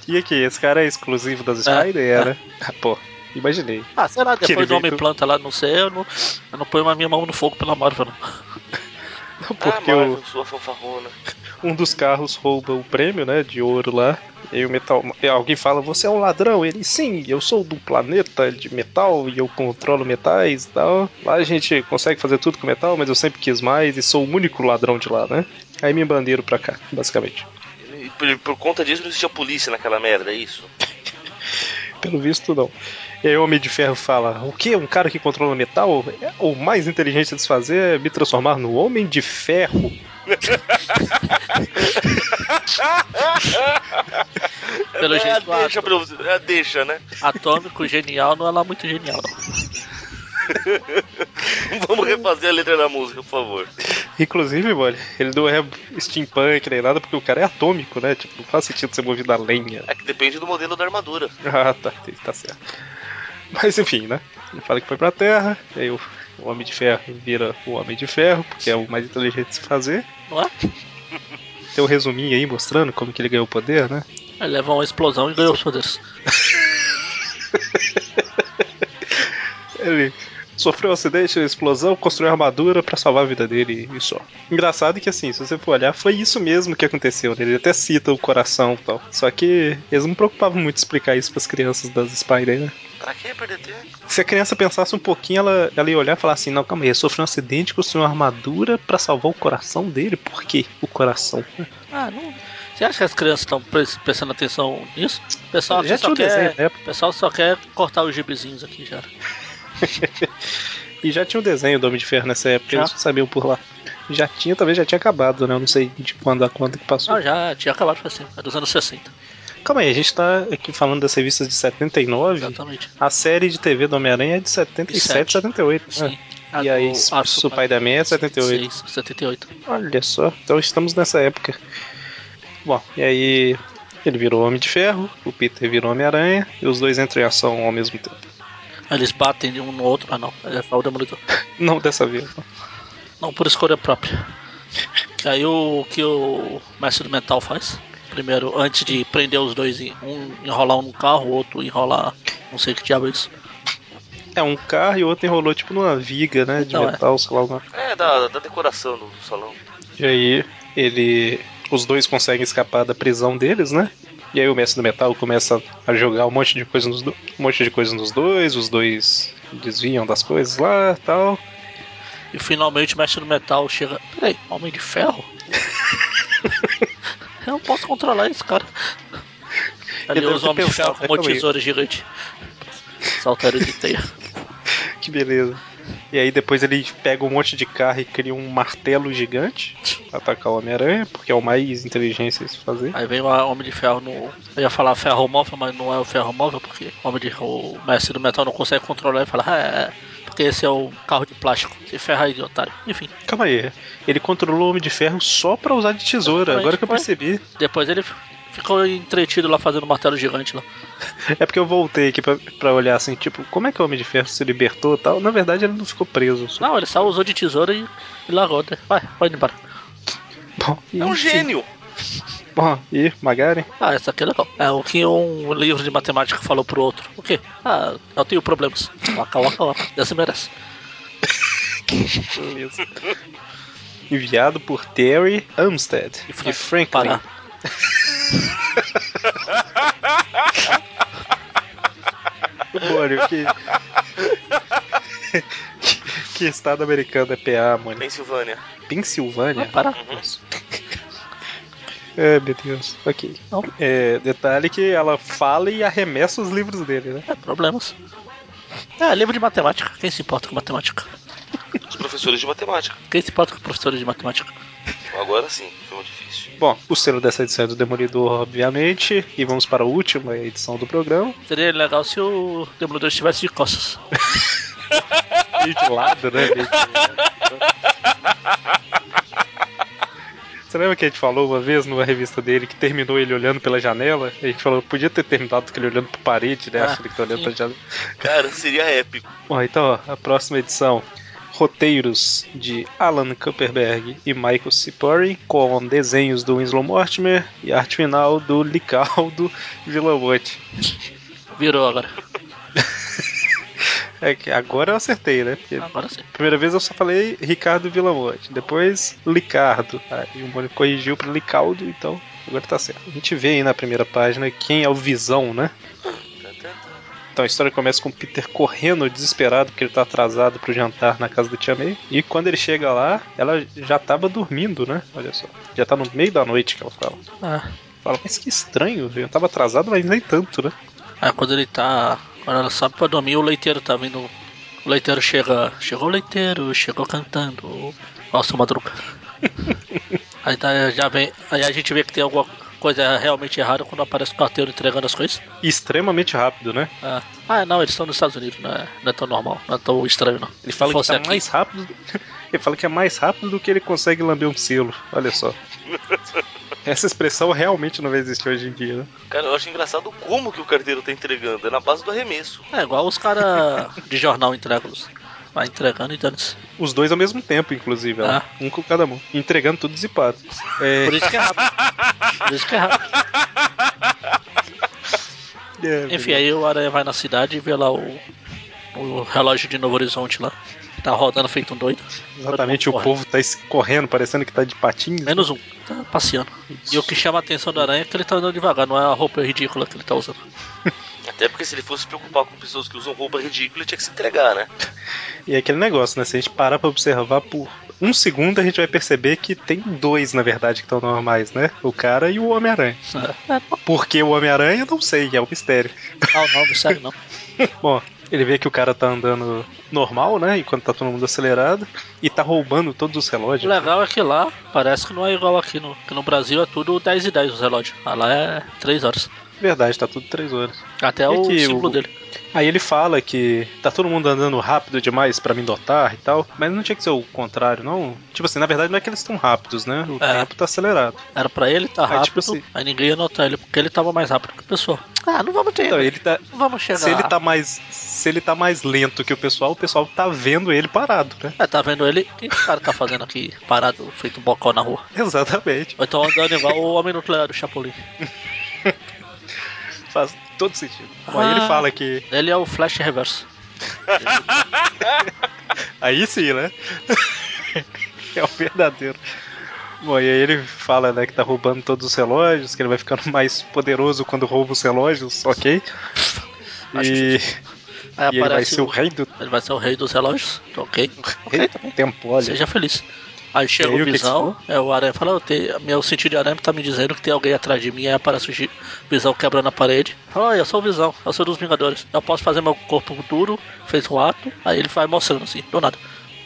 S1: E aqui, esse cara é exclusivo das Spider,
S2: é.
S1: né? Ah, pô, imaginei.
S2: Ah, sei lá,
S1: Aquele
S2: depois do Homem
S1: jeito.
S2: Planta lá, não sei, eu não, eu não ponho a minha mão no fogo pela Marvel, não.
S1: Porque
S3: ah,
S1: o-
S3: Marvel, sua fanfarrona.
S1: um dos carros rouba o prêmio, né? De ouro lá. E aí o metal. e Alguém fala, você é um ladrão? Ele, sim, eu sou do planeta de metal e eu controlo metais e tal. Lá a gente consegue fazer tudo com metal, mas eu sempre quis mais e sou o único ladrão de lá, né? Aí me bandeiro pra cá, basicamente.
S3: E por, por conta disso não existia polícia naquela merda, é isso?
S1: Pelo visto, não. E aí o Homem de Ferro fala, o que? Um cara que controla metal? É- O mais inteligente a desfazer é me transformar no Homem de Ferro.
S2: Pelo
S3: é,
S2: jeito, a-
S3: deixa, pra você- é, deixa, né? [LAUGHS]
S2: Atômico genial não é lá muito genial, não.
S1: Hum.
S3: Vamos refazer a letra da música, por favor.
S1: Inclusive, mano, ele não é steampunk nem nada, porque o cara é atômico, né? Tipo, não faz sentido ser movido a lenha. [LAUGHS]
S3: É que depende do modelo da armadura.
S1: Ah, tá, tem- tá certo. Mas enfim, né? Ele fala que foi pra Terra, e aí o, o Homem de Ferro vira o Homem de Ferro, porque é o mais inteligente de se fazer.
S2: Não é?
S1: Tem um resuminho aí mostrando como que ele ganhou o poder, né?
S2: Ele levou uma explosão e ganhou os poderes.
S1: Ele sofreu um acidente, uma explosão, construiu uma armadura pra salvar a vida dele e só. Engraçado que assim, se você for olhar, foi isso mesmo que aconteceu, né? Ele até cita o coração e tal. Só que eles não preocupavam muito em explicar isso pras crianças das Spider, né?
S3: Pra que perder tempo?
S1: Se a criança pensasse um pouquinho, ela, ela ia olhar e falar assim: Não, calma aí, ele sofreu um acidente, construiu uma armadura pra salvar o coração dele. Por quê? O coração.
S2: Ah, não. Você acha que as crianças estão pres- prestando atenção nisso? O pessoal, aqui
S1: Já tinha
S2: só
S1: o desenho né?
S2: quer,
S1: na época.
S2: o pessoal só quer cortar os gibizinhos aqui já.
S1: E já tinha o desenho do Homem de Ferro nessa época,
S2: Já?
S1: eles sabiam por lá. Já tinha, talvez já tinha acabado, né? Eu não sei de quando a conta que passou.
S2: Não, Ah, já tinha acabado faz tempo, é dos anos 60.
S1: Calma aí, a gente tá aqui falando das revistas de 79.
S2: Exatamente.
S1: A série de TV do Homem-Aranha é de 77,
S2: Sete.
S1: 78.
S2: Sim.
S1: Ah, E aí,
S2: a
S1: Supaidaman é 78.
S2: 76, 78.
S1: Olha só, então estamos nessa época. Bom, e aí ele virou Homem de Ferro, o Peter virou Homem-Aranha, e os dois entram em ação ao mesmo tempo.
S2: Aí Eles batem de um no outro. Ah, não. É só o Demolidor.
S1: Não dessa vez. né? não.
S2: Não, por escolha própria. Que aí o que o mestre do mental faz? Primeiro, antes de prender os dois, em- um enrolar um no carro, o outro enrolar. Não sei que diabo é isso.
S1: É um carro e o outro enrolou tipo numa viga, né? De
S2: Então, é.
S1: metal, sei lá. alguma-
S3: É, da, da decoração do, do salão.
S1: E aí ele. Os dois conseguem escapar da prisão deles, né? E aí o mestre do metal começa a jogar um monte de coisa nos, do... um monte de coisa nos dois, os dois desviam das coisas lá tal.
S2: E finalmente o mestre do metal chega. Peraí, homem de ferro? Eu não posso controlar esse cara. Ali
S1: Ele deve
S2: os
S1: ter
S2: homens de ferro
S1: pensado,
S2: com uma
S1: né, Cauê?
S2: tesoura gigante. Saltaram de teia.
S1: Que beleza. E aí depois ele pega um monte de carro e cria um martelo gigante pra atacar o Homem-Aranha, porque é o mais inteligente a se fazer. Ah,
S2: Aí vem o Homem de Ferro no. Eu ia falar ferro móvel, mas não é o ferro móvel, porque o, homem de... o mestre do metal não consegue controlar e fala, "Ah, é, é, porque esse é o carro de plástico. Se ferra aí, otário. Enfim,
S1: Calma aí. Ele controlou o Homem de Ferro só pra usar de tesoura.
S2: Exatamente,
S1: Agora que eu
S2: foi.
S1: percebi.
S2: depois ele f- ficou entretido lá fazendo um martelo gigante lá.
S1: É porque eu voltei aqui pra, pra olhar assim, tipo, como é que o Homem de Ferro se libertou e tal. Na verdade, ele não ficou preso. Só.
S2: Não, ele só usou de tesoura e, e largou. né? Vai, pode ir embora.
S1: Bom, e,
S3: É um gênio.
S1: Bom, e Magari?
S2: Ah, essa aqui é legal. É o que um livro de matemática falou pro outro. O quê? Ah, eu tenho problemas. Waka, waka, waka. Dessa merece.
S1: Enviado por Terry Amstead e,
S2: Frank-
S1: Franklin. [LAUGHS]
S2: Pará.
S1: Mônio, que... que estado americano é PA, Mônio?
S3: Pensilvânia.
S1: Pensilvânia?
S2: Pará.
S1: É, meu Deus. Ok.
S2: Não.
S1: É, detalhe que ela fala e arremessa os livros dele, né?
S2: É, problemas. É, livro de matemática. Quem se importa com matemática?
S3: Os professores de matemática.
S2: Quem se importa com professores de matemática?
S3: Agora sim, foi muito difícil.
S1: Bom, o selo dessa edição é do Demolidor, obviamente. E vamos para a última edição do programa.
S2: Seria legal se o Demolidor estivesse de costas.
S1: Meio de lado, né? Meio de Você lembra que a gente falou uma vez numa revista dele que terminou ele olhando pela janela? A gente falou, podia ter terminado com ele olhando pra parede, né?
S2: Ah,
S1: Achando que tá olhando
S2: sim.
S1: pela janela.
S3: Cara, seria épico.
S1: Bom, então, ó, a próxima edição. Roteiros de Alan Kupperberg e Michael Cipori, com desenhos do Winslow Mortimer e arte final do Licaldo Villamonte.
S2: Virou agora.
S1: É que agora eu acertei, né? Porque
S2: Agora sim.
S1: primeira vez eu só falei Ricardo Villamonte, depois Licardo. Aí o Mônio corrigiu para Licaldo, então agora tá certo. A gente vê aí na primeira página quem é o Visão, né? Então a história começa com o Peter correndo desesperado porque ele tá atrasado pro jantar na casa do Tia May. E quando ele chega lá, ela já tava dormindo, né? Olha só. Já tá no meio da noite que ela fala.
S2: Ah,
S1: Fala, mas que estranho, eu tava atrasado, mas nem tanto, né?
S2: aí quando ele tá. Quando ela sobe pra dormir, o leiteiro tá vindo. O leiteiro chega. Chegou o leiteiro, chegou cantando.
S1: [LAUGHS]
S2: Nossa, madruga. aí tá, já vem. Aí a gente vê que tem alguma coisa realmente errada quando aparece o carteiro entregando as coisas.
S1: E extremamente rápido, né?
S2: Ah, ah, não, eles estão nos Estados Unidos, não é, não é tão normal, não é tão estranho não.
S1: Ele fala
S2: Se
S1: que
S2: fosse
S1: tá
S2: aqui,
S1: mais rápido. Ele fala que é mais rápido do que ele consegue lamber um selo. Olha só. Essa expressão realmente não vai existir hoje em dia, né?
S3: Cara, eu acho engraçado como que o carteiro tá entregando. É na base do arremesso.
S2: É igual os caras de jornal entregam. Vai entregando e dando-se.
S1: Os dois ao mesmo tempo, inclusive. ó.
S2: Ah.
S1: Um com cada mão. Entregando tudo zipado. É,
S2: Por isso que é rápido. Por isso que é rápido.
S1: é,
S2: Enfim, aí o Aranha vai na cidade e vê lá o, o relógio de Novo Horizonte lá. Tá rodando feito um doido.
S1: Exatamente, o
S2: Corre.
S1: povo tá es- correndo, parecendo que tá de patins. né?
S2: Menos um. Tá passeando. E o que chama a atenção do Aranha é que ele tá andando devagar, não é a roupa ridícula que ele tá usando.
S3: Até porque se ele fosse se preocupar com pessoas que usam roupa ridícula, ele tinha que se entregar, né?
S1: E é aquele negócio, né? Se a gente parar pra observar por um segundo, a gente vai perceber que tem dois, na verdade, que estão normais, né? O cara e o Homem-Aranha.
S2: É, não,
S1: Porque o Homem-Aranha, não sei, é um mistério.
S2: não, não, não serve não.
S1: Bom, ele vê que o cara tá andando normal, né? Enquanto tá todo mundo acelerado. E tá roubando todos os
S2: [LAUGHS] O
S1: relógios.
S2: legal é que lá parece que não é igual aqui no, que no Brasil, é tudo 10 e 10 os relógios. Ah, Lá é 3 horas.
S1: Verdade, tá tudo três horas.
S2: Até
S1: E
S2: É o
S1: que
S2: símbolo
S1: o-
S2: dele.
S1: Aí ele fala que tá todo mundo andando rápido demais pra me dotar e tal, mas não tinha que ser o contrário, não. Tipo assim, na verdade não é que eles estão rápidos, né? O
S2: É.
S1: tempo tá acelerado.
S2: Era pra ele tá
S1: É,
S2: rápido,
S1: tipo assim.
S2: aí ninguém ia notar ele, porque ele tava mais rápido que o pessoal. Ah, não vamos ter.
S1: Então, ele tá,
S2: Não vamos chegar.
S1: se ele tá mais se ele tá mais lento que o pessoal, o pessoal tá vendo ele parado, né? [LAUGHS]
S2: É, tá vendo ele? O que esse cara tá fazendo aqui, parado, feito um bocó na rua?
S1: Exatamente.
S2: Ou então andando igual o homem nuclear do Chapolin.
S1: Faz todo sentido. Bom, aí ele
S2: Ah.
S1: fala que
S2: Ele é o Flash Reverso.
S1: Aí sim, né? [LAUGHS] é o verdadeiro. Bom, e aí ele fala, né, que tá roubando todos os relógios, que ele vai ficando mais poderoso quando rouba os relógios, ok?
S2: Acho
S1: E e ele
S2: Aí
S1: vai
S2: aparece
S1: ser o
S2: o...
S1: rei do
S2: Ele vai ser o rei dos relógios. Tá Ok.
S1: rei do tempo, olha.
S2: Seja feliz. Aí chega
S1: E aí,
S2: o
S1: o que que
S2: Visão, é, o Aranha fala, "Eu tenho- meu sentido de aranha tá me dizendo que tem alguém atrás de mim, aí aparece o Gi- Visão quebrando a parede. Fala, "Olha, eu sou o Visão, eu sou dos Vingadores. Eu posso fazer meu corpo duro, fez um ato, aí ele vai mostrando assim, do nada.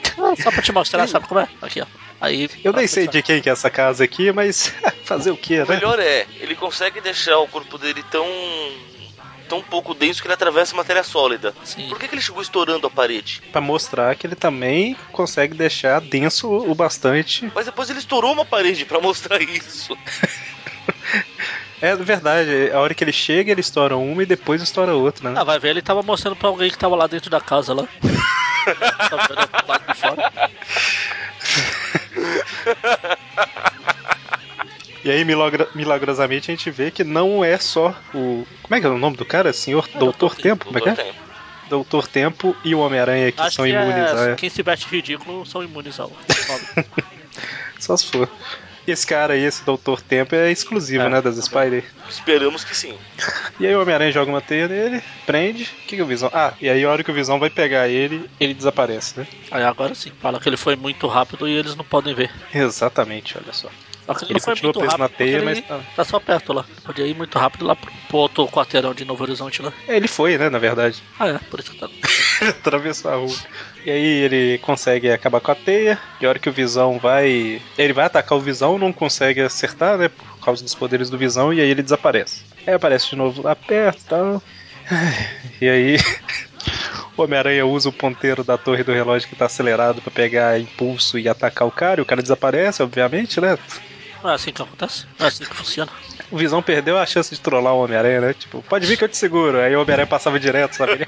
S2: [LAUGHS] Só pra te mostrar, sabe como é? Aqui, ó. Aí.
S1: Eu nem
S2: tá.
S1: sei de quem que é essa casa aqui, mas [LAUGHS] fazer o que, né?
S3: O melhor é, ele consegue deixar o corpo dele tão. tão pouco denso que ele atravessa matéria sólida.
S2: Sim.
S3: Por que, que ele chegou estourando a parede?
S1: Pra mostrar que ele também consegue deixar denso o bastante.
S3: Mas depois ele estourou uma parede pra mostrar isso.
S1: É verdade, a hora que ele chega, ele estoura uma e depois estoura outra, né?
S2: Ah, vai ver, ele tava mostrando pra alguém que tava lá dentro da
S1: [LAUGHS]
S2: casa lá. tá vendo lá de fora.
S1: E aí, milagra- milagrosamente, a gente vê que não é só o. Como é que é o nome do cara? Senhor Doutor Tempo? Como é que é?
S3: Tem.
S1: Doutor Tempo e o Homem-Aranha que
S2: Acho
S1: são
S2: que é-
S1: imunes, né?
S2: quem se veste ridículo são imunes ao.
S1: Só se for. Esse cara aí, esse Doutor Tempo, é exclusivo,
S2: É.
S1: né? Das Spider.
S3: Esperamos que sim.
S1: E aí o Homem-Aranha joga uma teia nele, prende. O que, que o Visão. Ah, e aí a hora que o Visão vai pegar ele, ele desaparece, né?
S2: Aí agora sim, fala que ele foi muito rápido e eles não podem ver.
S1: Exatamente, olha só.
S2: Só que ele,
S1: Ele
S2: Então foi
S1: continua
S2: muito
S1: preso
S2: rápido.
S1: na teia,
S2: porque
S1: mas
S2: ele
S1: tá-
S2: tá só perto lá. Podia ir muito rápido lá pro, pro outro quarteirão de Novo Horizonte lá.
S1: É, Ele foi, né, na verdade.
S2: Ah, é, por isso que tá.
S1: [LAUGHS] Atravessou a rua. E aí ele consegue acabar com a teia. E a hora que o Visão vai. Ele vai atacar o Visão, não consegue acertar, né? Por causa dos poderes do Visão, e aí ele desaparece. Aí aparece de novo lá perto e tal. E aí. [LAUGHS] O Homem-Aranha usa o ponteiro da torre do relógio que tá acelerado pra pegar impulso e atacar o cara, e o cara desaparece, obviamente, né?
S2: Não é assim que acontece? Não é assim que funciona?
S1: O Visão perdeu a chance de trollar o Homem-Aranha, né? Tipo, pode vir que eu te seguro. Aí o Homem-Aranha passava direto, sabe? [LAUGHS] Ele-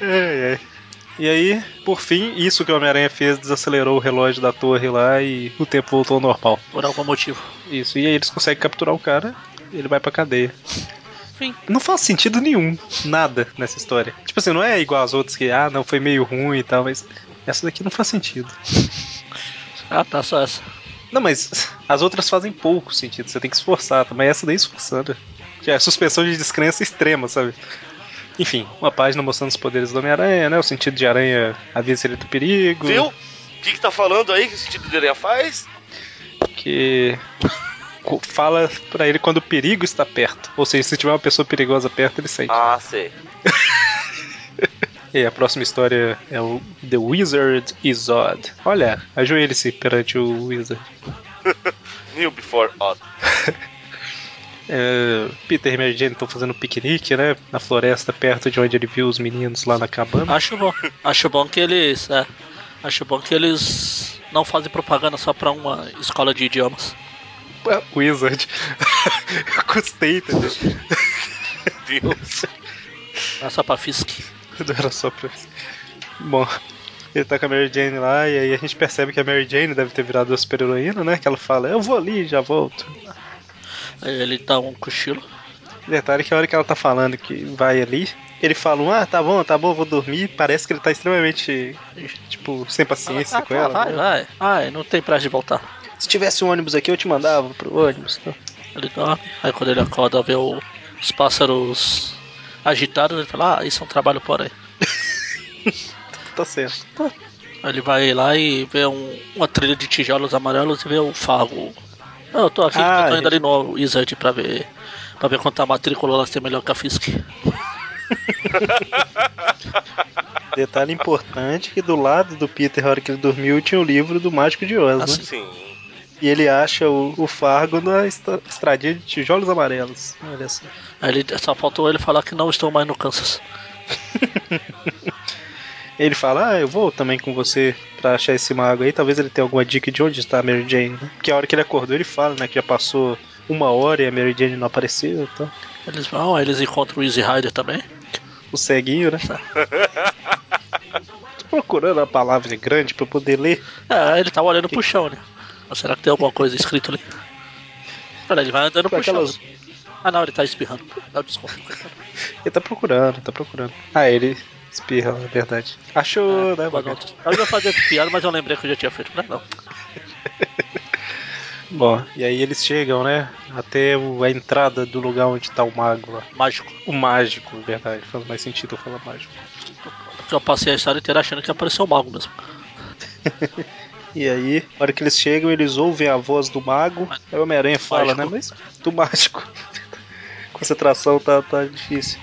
S1: Ai, ai. E aí, por fim, isso que o Homem-Aranha fez desacelerou o relógio da torre lá e o tempo voltou ao normal.
S2: Por algum motivo.
S1: Isso, e aí eles conseguem capturar o cara e ele vai pra cadeia.
S2: Fim.
S1: Não faz sentido nenhum, nada nessa história. Tipo assim, não é igual às outras que, ah, não, foi meio ruim e tal, mas essa daqui não faz sentido.
S2: Ah, tá, só essa.
S1: Não, mas as outras fazem pouco sentido, você tem que esforçar, tá? mas essa daí esforçando. Que é suspensão de descrença extrema, sabe? Enfim, uma página mostrando os poderes do Homem-Aranha, né? O sentido de aranha avisa ele do perigo.
S3: Viu? O que, que tá falando aí que o sentido de aranha faz?
S1: Que co- fala pra ele quando o perigo está perto. Ou seja, se tiver uma pessoa perigosa perto, ele sente.
S3: Ah, sei.
S1: E a próxima história é o The Wizard is Odd. Olha, ajoelhe-se perante o Wizard.
S3: New before odd.
S1: É, Peter e Mary Jane estão fazendo piquenique, né? Na floresta, perto de onde ele viu os meninos lá na cabana.
S2: Acho bom. Acho bom que eles. É, acho bom que eles não fazem propaganda só pra uma escola de idiomas.
S1: Ah, Wizard. [LAUGHS] Eu Custei, entendeu? [LAUGHS]
S3: Deus.
S2: Não é só pra Fisk.
S1: Não era só pra. Bom. Ele tá com a Mary Jane lá, e aí a gente percebe que a Mary Jane deve ter virado a super-heroína, né? Que ela fala, eu vou ali, já volto.
S2: Aí ele dá um cochilo.
S1: Detalhe que a hora que ela tá falando que vai ali, ele fala, ah, tá bom, tá bom, vou dormir. Parece que ele tá extremamente, tipo, sem paciência
S2: Ah,
S1: com
S2: tá,
S1: ela.
S2: vai,
S1: né?
S2: vai. Ai, não tem prazo de voltar.
S1: Se tivesse um ônibus aqui, eu te mandava pro ônibus. tá?
S2: Ele dorme, aí quando ele acorda vê o- os pássaros agitados, ele fala, ah, isso é um trabalho por aí.
S1: Tá certo.
S2: Aí Ele vai lá e vê um- uma trilha de tijolos amarelos e vê o fargo. Ah, eu tô aqui,
S1: Ah,
S2: eu tô indo
S1: gente.
S2: ali no Wizard pra ver. Pra ver quanto a matrícula lá se é melhor que a Fisk.
S1: Detalhe importante que do lado do Peter, na hora que ele dormiu, tinha o livro do Mágico de Oz, né?
S2: Ah, sim.
S3: Sim.
S1: E ele acha o, o Fargo na estra- estradinha de tijolos amarelos. Olha só.
S2: Aí ele, só faltou ele falar que não estou mais no Kansas.
S1: Ele fala, ah, eu vou também com você pra achar esse mago aí. Talvez ele tenha alguma dica de onde está a Mary Jane, né? Porque a hora que ele acordou, ele fala, né, que já passou uma hora e a Mary Jane não apareceu, então...
S2: Eles vão, aí eles encontram o Easy Rider também.
S1: O ceguinho, [LAUGHS] né? Tô procurando a palavra grande pra eu poder ler.
S2: É, aí ele tava olhando pro chão, né? Mas será que tem alguma coisa escrito ali? Olha, ele vai andando
S1: Com
S2: pro chão.
S1: aquelas-
S2: Ah não, ele tá espirrando.
S1: [LAUGHS]
S2: Dá desculpa.
S1: Ele tá procurando, tá procurando. Ah, ele espirra, na verdade. Achou, né,
S2: Boa
S1: Magal?
S2: noite. Eu ia fazer essa piada, mas eu lembrei que eu já tinha feito. Não, não.
S1: Bom, e aí eles chegam, né? Até o- a entrada do lugar onde tá o mago lá.
S2: Mágico.
S1: O mágico, verdade. Faz mais sentido eu falar mágico.
S2: Porque eu passei a história inteira achando que apareceu um mago mesmo.
S1: E aí, na hora que eles chegam, eles ouvem a voz do mago. Aí o Homem-Aranha fala, né?
S2: Mágico.
S1: Mas do mágico. [LAUGHS] Concentração tá, tá difícil.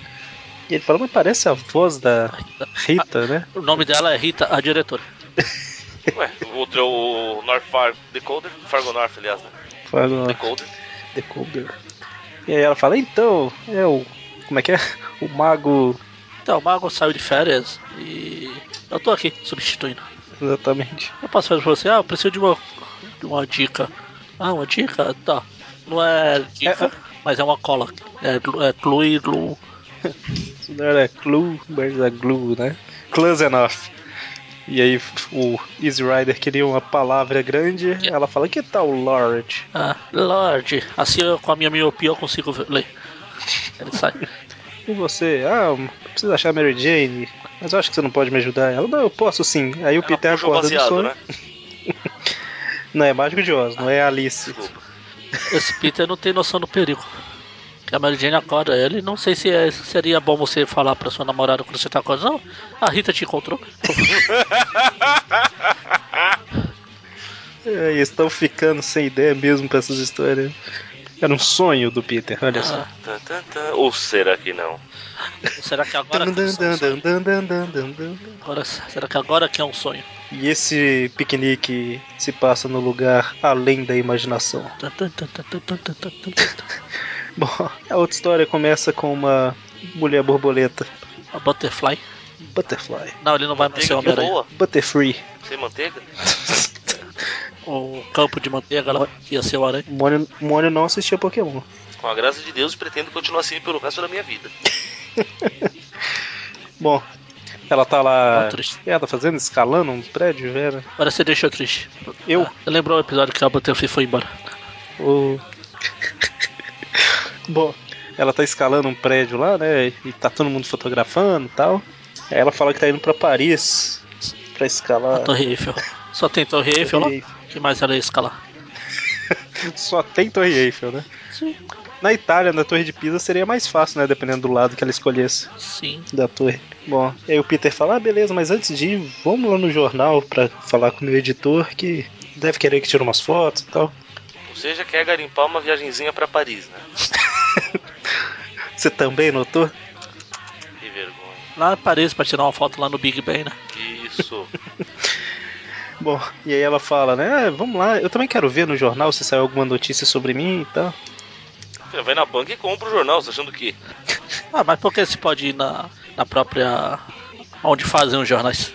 S1: E ele fala, mas parece a voz da Rita, né?
S2: O nome dela é Rita, a diretora.
S3: Ué, o outro é o North Fargo Decoder, Fargo North, aliás, né?
S1: Fala,
S3: Decoder.
S1: Decoder. E aí ela fala, então, é o. Como é que é? O mago.
S2: Então, o mago saiu de férias e eu tô aqui substituindo.
S1: Exatamente.
S2: Eu passo férias pra você, ah, eu preciso de uma, de uma dica. Ah, uma dica? Tá. Não é dica,
S1: É, é.
S2: mas é uma cola. É, glu- é glue e glue.
S1: Isso não era Clue, mas era Glue, né? Close enough. E aí o Easy Rider queria uma palavra grande, ela fala, que tal large?
S2: Ah, Lorde, assim eu, com a minha miopia eu consigo ver- ler. Ele sai.
S1: E você? Ah, preciso achar a Mary Jane, mas eu acho que você não pode me ajudar. Ela, não, eu posso sim. Aí o
S3: Ela
S1: Peter
S3: puxa o
S1: acorda do
S3: baseado,
S1: sono.
S3: né? Ah,
S1: Não, é Mágico de Oz, não é Alice.
S3: Desculpa.
S2: Esse Peter não tem noção do perigo. A Mary Jane acorda ele. Não sei se é- seria bom você falar pra sua namorada quando você tá acordando. Não, a Rita te encontrou.
S1: É, e estão ficando sem ideia mesmo pra essas histórias. Era um sonho do Peter, olha só.
S3: Tan, tan, tan. Ou será que não?
S2: Será que agora.
S1: Dun,
S2: que é um
S1: dun,
S2: sonho?
S1: dun, dun, dun, dun, dun, dun.
S2: Agora- será que agora que é um sonho?
S1: E esse piquenique se passa no lugar além da imaginação. [LAUGHS] Bom, a outra história começa com uma mulher borboleta,
S2: A Butterfly.
S1: Butterfly,
S2: Não, ele não vai mais ser
S3: Manteiga
S2: o
S3: que
S2: Homem-Aranha.
S3: boa.
S1: Butterfree. [LAUGHS]
S3: Sem manteiga?
S2: O campo de manteiga lá ia ser o aranha.
S1: Mônio, Mônio não assistia Pokémon.
S3: Com a graça de Deus, pretendo continuar assim pelo resto da minha vida.
S1: Bom, ela tá lá.
S2: Tá triste.
S1: Ela tá fazendo, escalando um prédio, velho.
S2: Agora você deixou triste.
S1: Eu?
S2: Ah, lembrou o episódio que a Butterfly foi embora.
S1: Ô. [LAUGHS] Bom, ela tá escalando um prédio lá, né? E tá todo mundo fotografando e tal. Aí ela fala que tá indo pra Paris pra
S2: A
S1: escalar.
S2: Torre Eiffel. Só tem Torre Eiffel lá?
S1: Tá. Eiffel.
S2: O que mais ela ia escalar?
S1: Só tem Torre Eiffel, né?
S2: Sim.
S1: Na Itália, na Torre de Pisa, seria mais fácil, né? Dependendo do lado que ela escolhesse
S2: Sim.
S1: da torre. Bom, aí o Peter fala: ah, beleza, mas antes de ir, vamos lá no jornal pra falar com o meu editor que deve querer que tire umas fotos e tal.
S3: Ou seja, quer garimpar uma viagenzinha pra Paris, né?
S1: Você também notou?
S3: Que vergonha.
S2: Lá em Paris pra tirar uma foto lá no Big Ben, né?
S3: Isso. [LAUGHS]
S1: Bom, e aí ela fala, né? "Ah, vamos lá, eu também quero ver no jornal se saiu alguma notícia sobre mim e tal.
S3: Filha, Vai na banca e compra o jornal, você achando que.
S2: Ah, mas por que você pode ir na, na própria. onde fazem os jornais?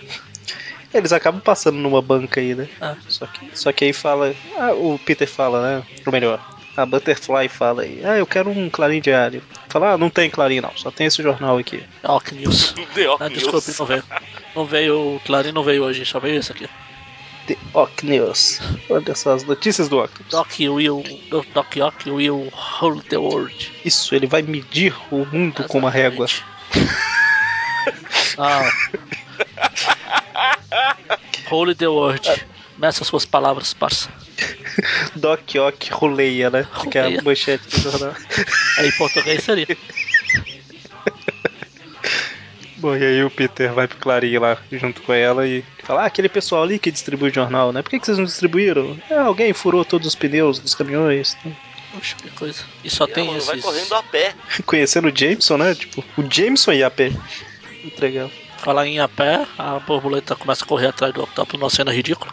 S1: Eles acabam passando numa banca aí, né?
S2: Ah.
S1: Só, que, só que aí fala. Ah, o Peter fala, né? Ou melhor, a Butterfly fala aí, ah, eu quero um clarim diário. Fala, ah, não tem clarim não, só tem esse jornal aqui.
S2: É Rock News.
S3: [LAUGHS] The Ock
S2: Ah,
S3: News.
S2: desculpe, não veio. Não veio, o Clarim não veio hoje, só veio esse aqui.
S1: The Ock News. Olha só as notícias do Octopus.
S2: Doc Will. Doc Ock Will Hold the World.
S1: Isso, ele vai medir o mundo com uma régua.
S2: [LAUGHS] Ah. Holy the Word. Meça suas palavras, parça.
S1: Doc Ock roleia, né? Que é
S2: Roleia.
S1: a manchete do jornal.
S2: Aí em português seria.
S1: Bom, e aí o Peter vai pro Clarim lá junto com ela e fala: Ah, aquele pessoal ali que distribui o jornal, né? Por que, que vocês não distribuíram? Ah, alguém furou todos os pneus dos caminhões. né?"
S2: Puxa, que coisa. E só
S3: Ih,
S2: tem
S3: É, mano,
S2: esses.
S3: Vai correndo a pé.
S1: Conhecendo o Jameson, né? Tipo, o Jameson ia a pé. Entregar.
S2: Falar em a pé, a borboleta começa a correr atrás do octopus numa cena ridícula.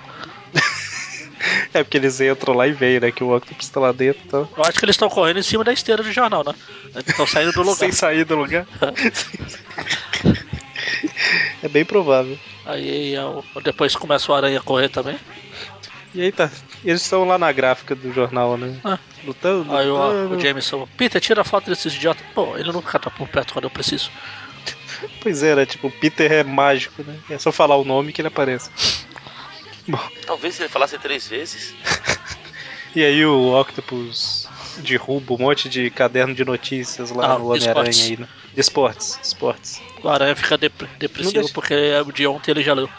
S1: É porque eles entram lá e veem, né? Que o Octopus tá lá dentro e tal.
S2: Eu acho que eles estão correndo em cima da esteira do jornal, né? Eles estão saindo
S1: [LAUGHS]
S2: do lugar.
S1: Sem sair do lugar. é bem provável.
S2: Aí eu- depois começa o aranha a correr também.
S1: E aí tá. Eles estão lá na gráfica do jornal, né?
S2: Ah.
S1: Lutando.
S2: Aí o,
S1: lutando.
S2: o Jameson, Peter, tira a foto desses idiotas. Pô, ele nunca tá por perto quando eu preciso.
S1: Pois é, né? Tipo, o Peter é mágico, né? É só falar o nome que ele aparece.
S3: Talvez se ele falasse três vezes.
S1: E aí o Octopus derruba um monte de caderno de notícias lá
S2: Ah,
S1: no
S2: de
S1: Homem-Aranha
S2: esportes.
S1: aí, né? De esportes, esportes.
S2: O aranha fica dep-
S1: Não
S2: depressivo
S1: deixa-
S2: porque o de ontem ele já leu.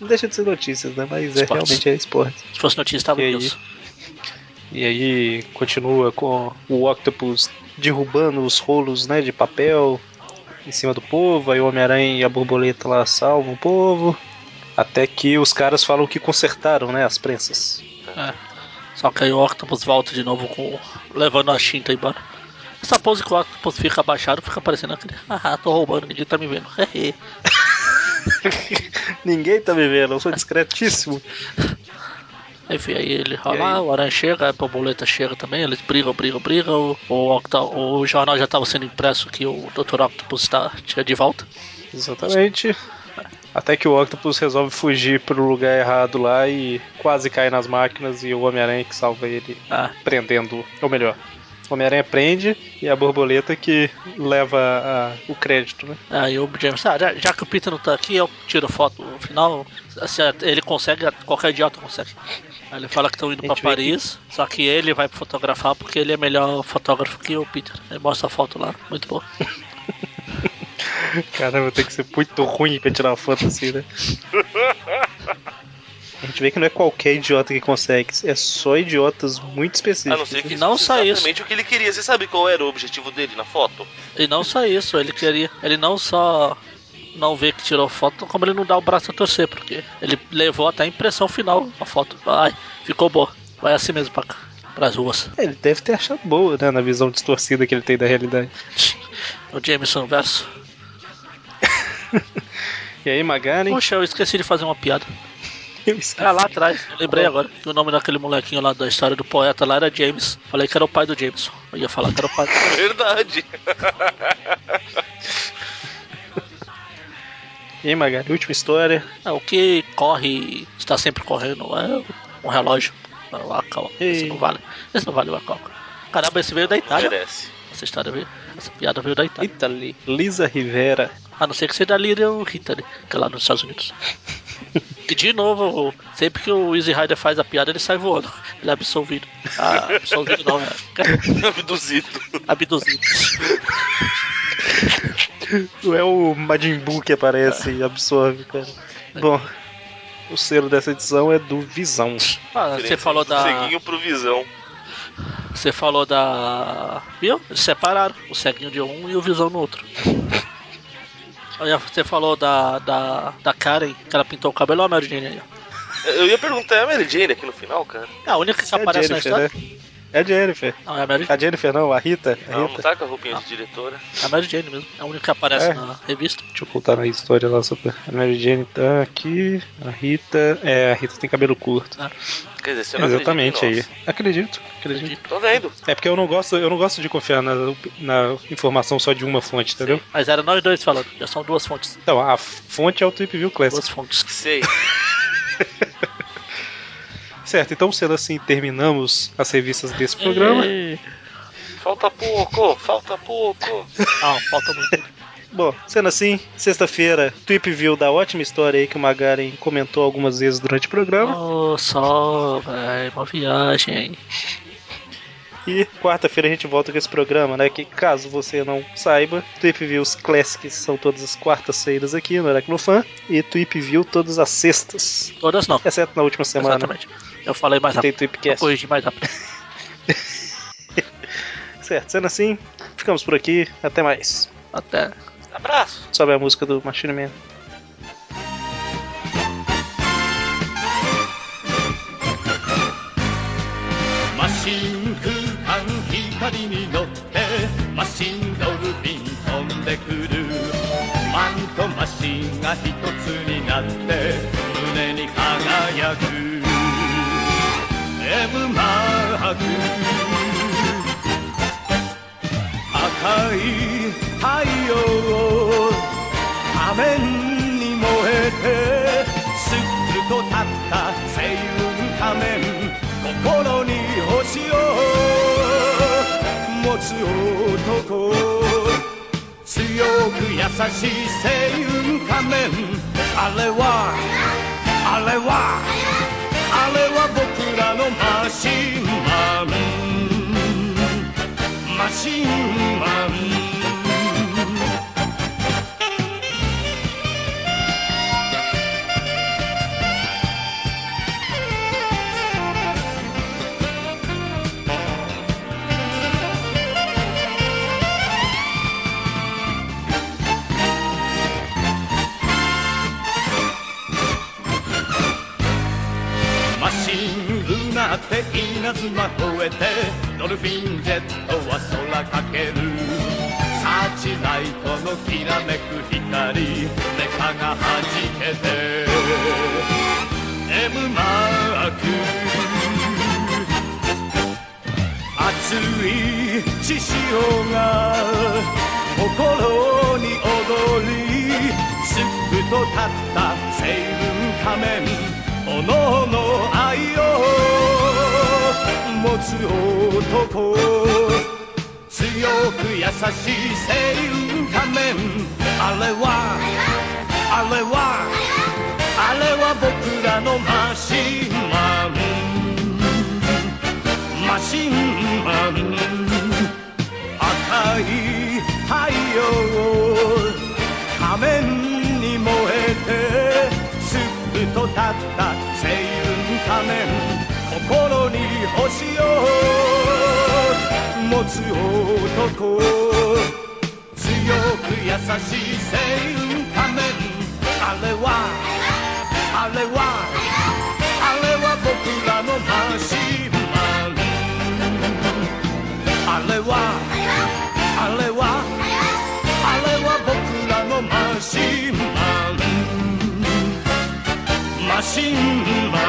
S1: Não deixa de ser notícias, né? Mas é,
S2: Esportes.
S1: realmente é esportes.
S2: Se fosse notícia, tava
S1: E
S2: em
S1: aí?
S2: news.
S1: E aí continua com o Octopus derrubando os rolos né, de papel em cima do povo, aí o Homem-Aranha e a borboleta lá salvam o povo. Até que os caras falam que consertaram, né, as prensas.
S2: É. Só que aí o Octopus volta de novo com levando a Shinta embora. Essa pose que o Octopus fica abaixado fica parecendo aquele. Haha, tô roubando, ninguém tá me vendo.
S1: [LAUGHS]
S2: [LAUGHS]
S1: Ninguém tá me vendo, eu sou discretíssimo.
S2: Enfim, aí ele
S1: E
S2: rola, o Aranha chega, a borboleta chega também, eles brigam, brigam, brigam. O, Octa- o jornal já estava sendo impresso que o Dr. Octopus tá, tinha de volta.
S1: Exatamente. Até que o Octopus resolve fugir pro lugar errado lá e quase cai nas máquinas e o Homem-Aranha que salva ele
S2: Ah,
S1: prendendo, ou melhor, o Homem-Aranha prende e a borboleta que leva a- o crédito, né?
S2: aí o James, ah, já, já que o Peter não tá aqui, eu tiro foto no final. Se a- ele consegue, qualquer idiota consegue. Aí ele fala que estão indo
S1: A
S2: pra
S1: gente vê
S2: Paris, só que ele vai fotografar porque ele é melhor fotógrafo que o Peter. Ele mostra a foto lá, muito bom.
S1: Caramba, tem que ser muito ruim pra tirar uma foto assim, né? A gente vê que não é qualquer idiota que consegue, é só idiotas muito
S3: A
S1: específicos.
S2: [LAUGHS]
S3: Ah, não ser que
S2: E não
S3: fosse
S2: só isso.
S3: exatamente o que ele queria. Você sabe qual era o objetivo dele na foto? [LAUGHS]
S2: E não só isso, ele queria. Ele não só não vê que tirou foto, como ele não dá o braço a torcer, porque ele levou até a impressão final a foto. Ai, ficou boa. Vai assim mesmo pra cá, pras ruas. [LAUGHS]
S1: É, Ele deve ter achado boa, né? Na visão distorcida que ele tem da realidade.
S2: É O Jameson verso.
S1: E aí, Magari?
S2: Poxa, eu esqueci de fazer uma piada.
S1: Eu esqueci.
S2: Era lá atrás, eu lembrei agora que o nome daquele molequinho lá da história do poeta lá era James. Falei que era o pai do Jameson. Eu ia falar que era o pai.
S3: Verdade.
S1: E aí, Magari? Última história.
S2: É, o que corre, está sempre correndo, é um relógio. O Akal. Esse
S1: Ei.
S2: não vale. Esse não vale o Akal. Caramba, esse veio da
S3: Não
S2: Itália.
S3: merece. [LAUGHS]
S2: Essa história veio. Essa piada veio da Itália.
S1: Italy. Lisa Rivera.
S2: A não ser que seja Lyria ou Hitler, que é lá nos Estados Unidos. E de novo, o- sempre que o Easy Rider faz a piada, ele sai voando. Ele é absolvido. Ah, absolvido não, é [LAUGHS]
S3: Abduzido.
S2: abduzido.
S1: Não é o Majin Buu que aparece e absorve, cara.
S3: Né?
S1: Bom, o selo dessa edição é do
S3: [LAUGHS]
S1: Visão.
S2: Ah, você falou
S3: Do
S2: da.
S3: Ceguinho pro visão.
S2: Você falou da. Viu? Eles separaram. O ceguinho de um e o visão no outro. Aí você falou da, da, da Karen, que ela pintou o cabelo, olha a Mary Jane aí. ó.
S3: Eu ia perguntar é a Mary Jane aqui no final, cara.
S2: É a única que
S1: É a
S2: aparece na
S1: Jennifer,
S2: história.
S1: né? É a Jennifer.
S2: Não, é a Mary,
S1: A Jennifer não, a Rita. A
S3: Não, não
S1: Rita.
S3: tá com a roupinha de diretora.
S2: é a Mary Jane mesmo. É a única que aparece
S1: É.
S2: na revista.
S1: Deixa eu voltar na história lá só pra. A Mary Jane tá aqui. A Rita. É, a Rita tem cabelo curto.
S3: Quer dizer, você não
S1: Exatamente aí.
S3: acredita em nós.
S1: Acredito, acredito.
S3: Tô vendo.
S1: É porque eu não gosto, eu não gosto de confiar na, na informação só de uma fonte, entendeu?
S2: Mas era nós dois falando, já são duas fontes.
S1: Então, a fonte é o Trip View Classic.
S2: Duas fontes.
S3: Sei.
S1: Certo, então sendo assim, terminamos as revistas desse programa.
S2: E-
S3: Falta pouco, falta pouco.
S2: Não, ah, falta muito.
S1: Bom, sendo assim, sexta-feira, Trip View da ótima história aí que o Magaren comentou algumas vezes durante o programa.
S2: Oh, só, velho, uma viagem.
S1: E quarta-feira a gente volta com esse programa, né? Que caso você não saiba, Trip Views Classics são todas as quartas-feiras aqui no Aracnofan e Trip View todas as sextas.
S2: Todas não.
S1: Exceto na última semana.
S2: Exatamente. Eu falei mais
S1: que Tem
S2: rápido. Eu
S1: Tripcast.
S2: corrigi mais rápido.
S1: Certo, sendo assim, ficamos por aqui. Até mais.
S2: Até.
S3: Abraço.
S1: Sobe a música do Machine Man.
S5: 「マシン空間光に乗って」「マシンドルフィン飛んでくる」「マンとマシンがひとつになって胸に輝く」「エムマーク」「赤い太陽」仮面に燃えてすっくと立った青雲仮面心に星を持つ男強く優しい青雲仮面あれはあれはあれは僕らのマシンマンマシンマン
S6: 「
S5: って稲妻越えてドルフィンジェットは空かけるサーチライトのきらめく光メカが弾けて M マーク熱い血潮が心に踊りすくと立った青雲仮面おのおの愛を持つ男強く優しい青雲仮面あれはあれはあれは僕らのマシンマンマシンマン赤い太陽仮面に燃えてすっと立った青雲仮面心に星を持つ男強く優しい青雲仮面あれはあれはあれは僕らのマシンマンあれはあれはあれは僕らのマシンマンマシンマン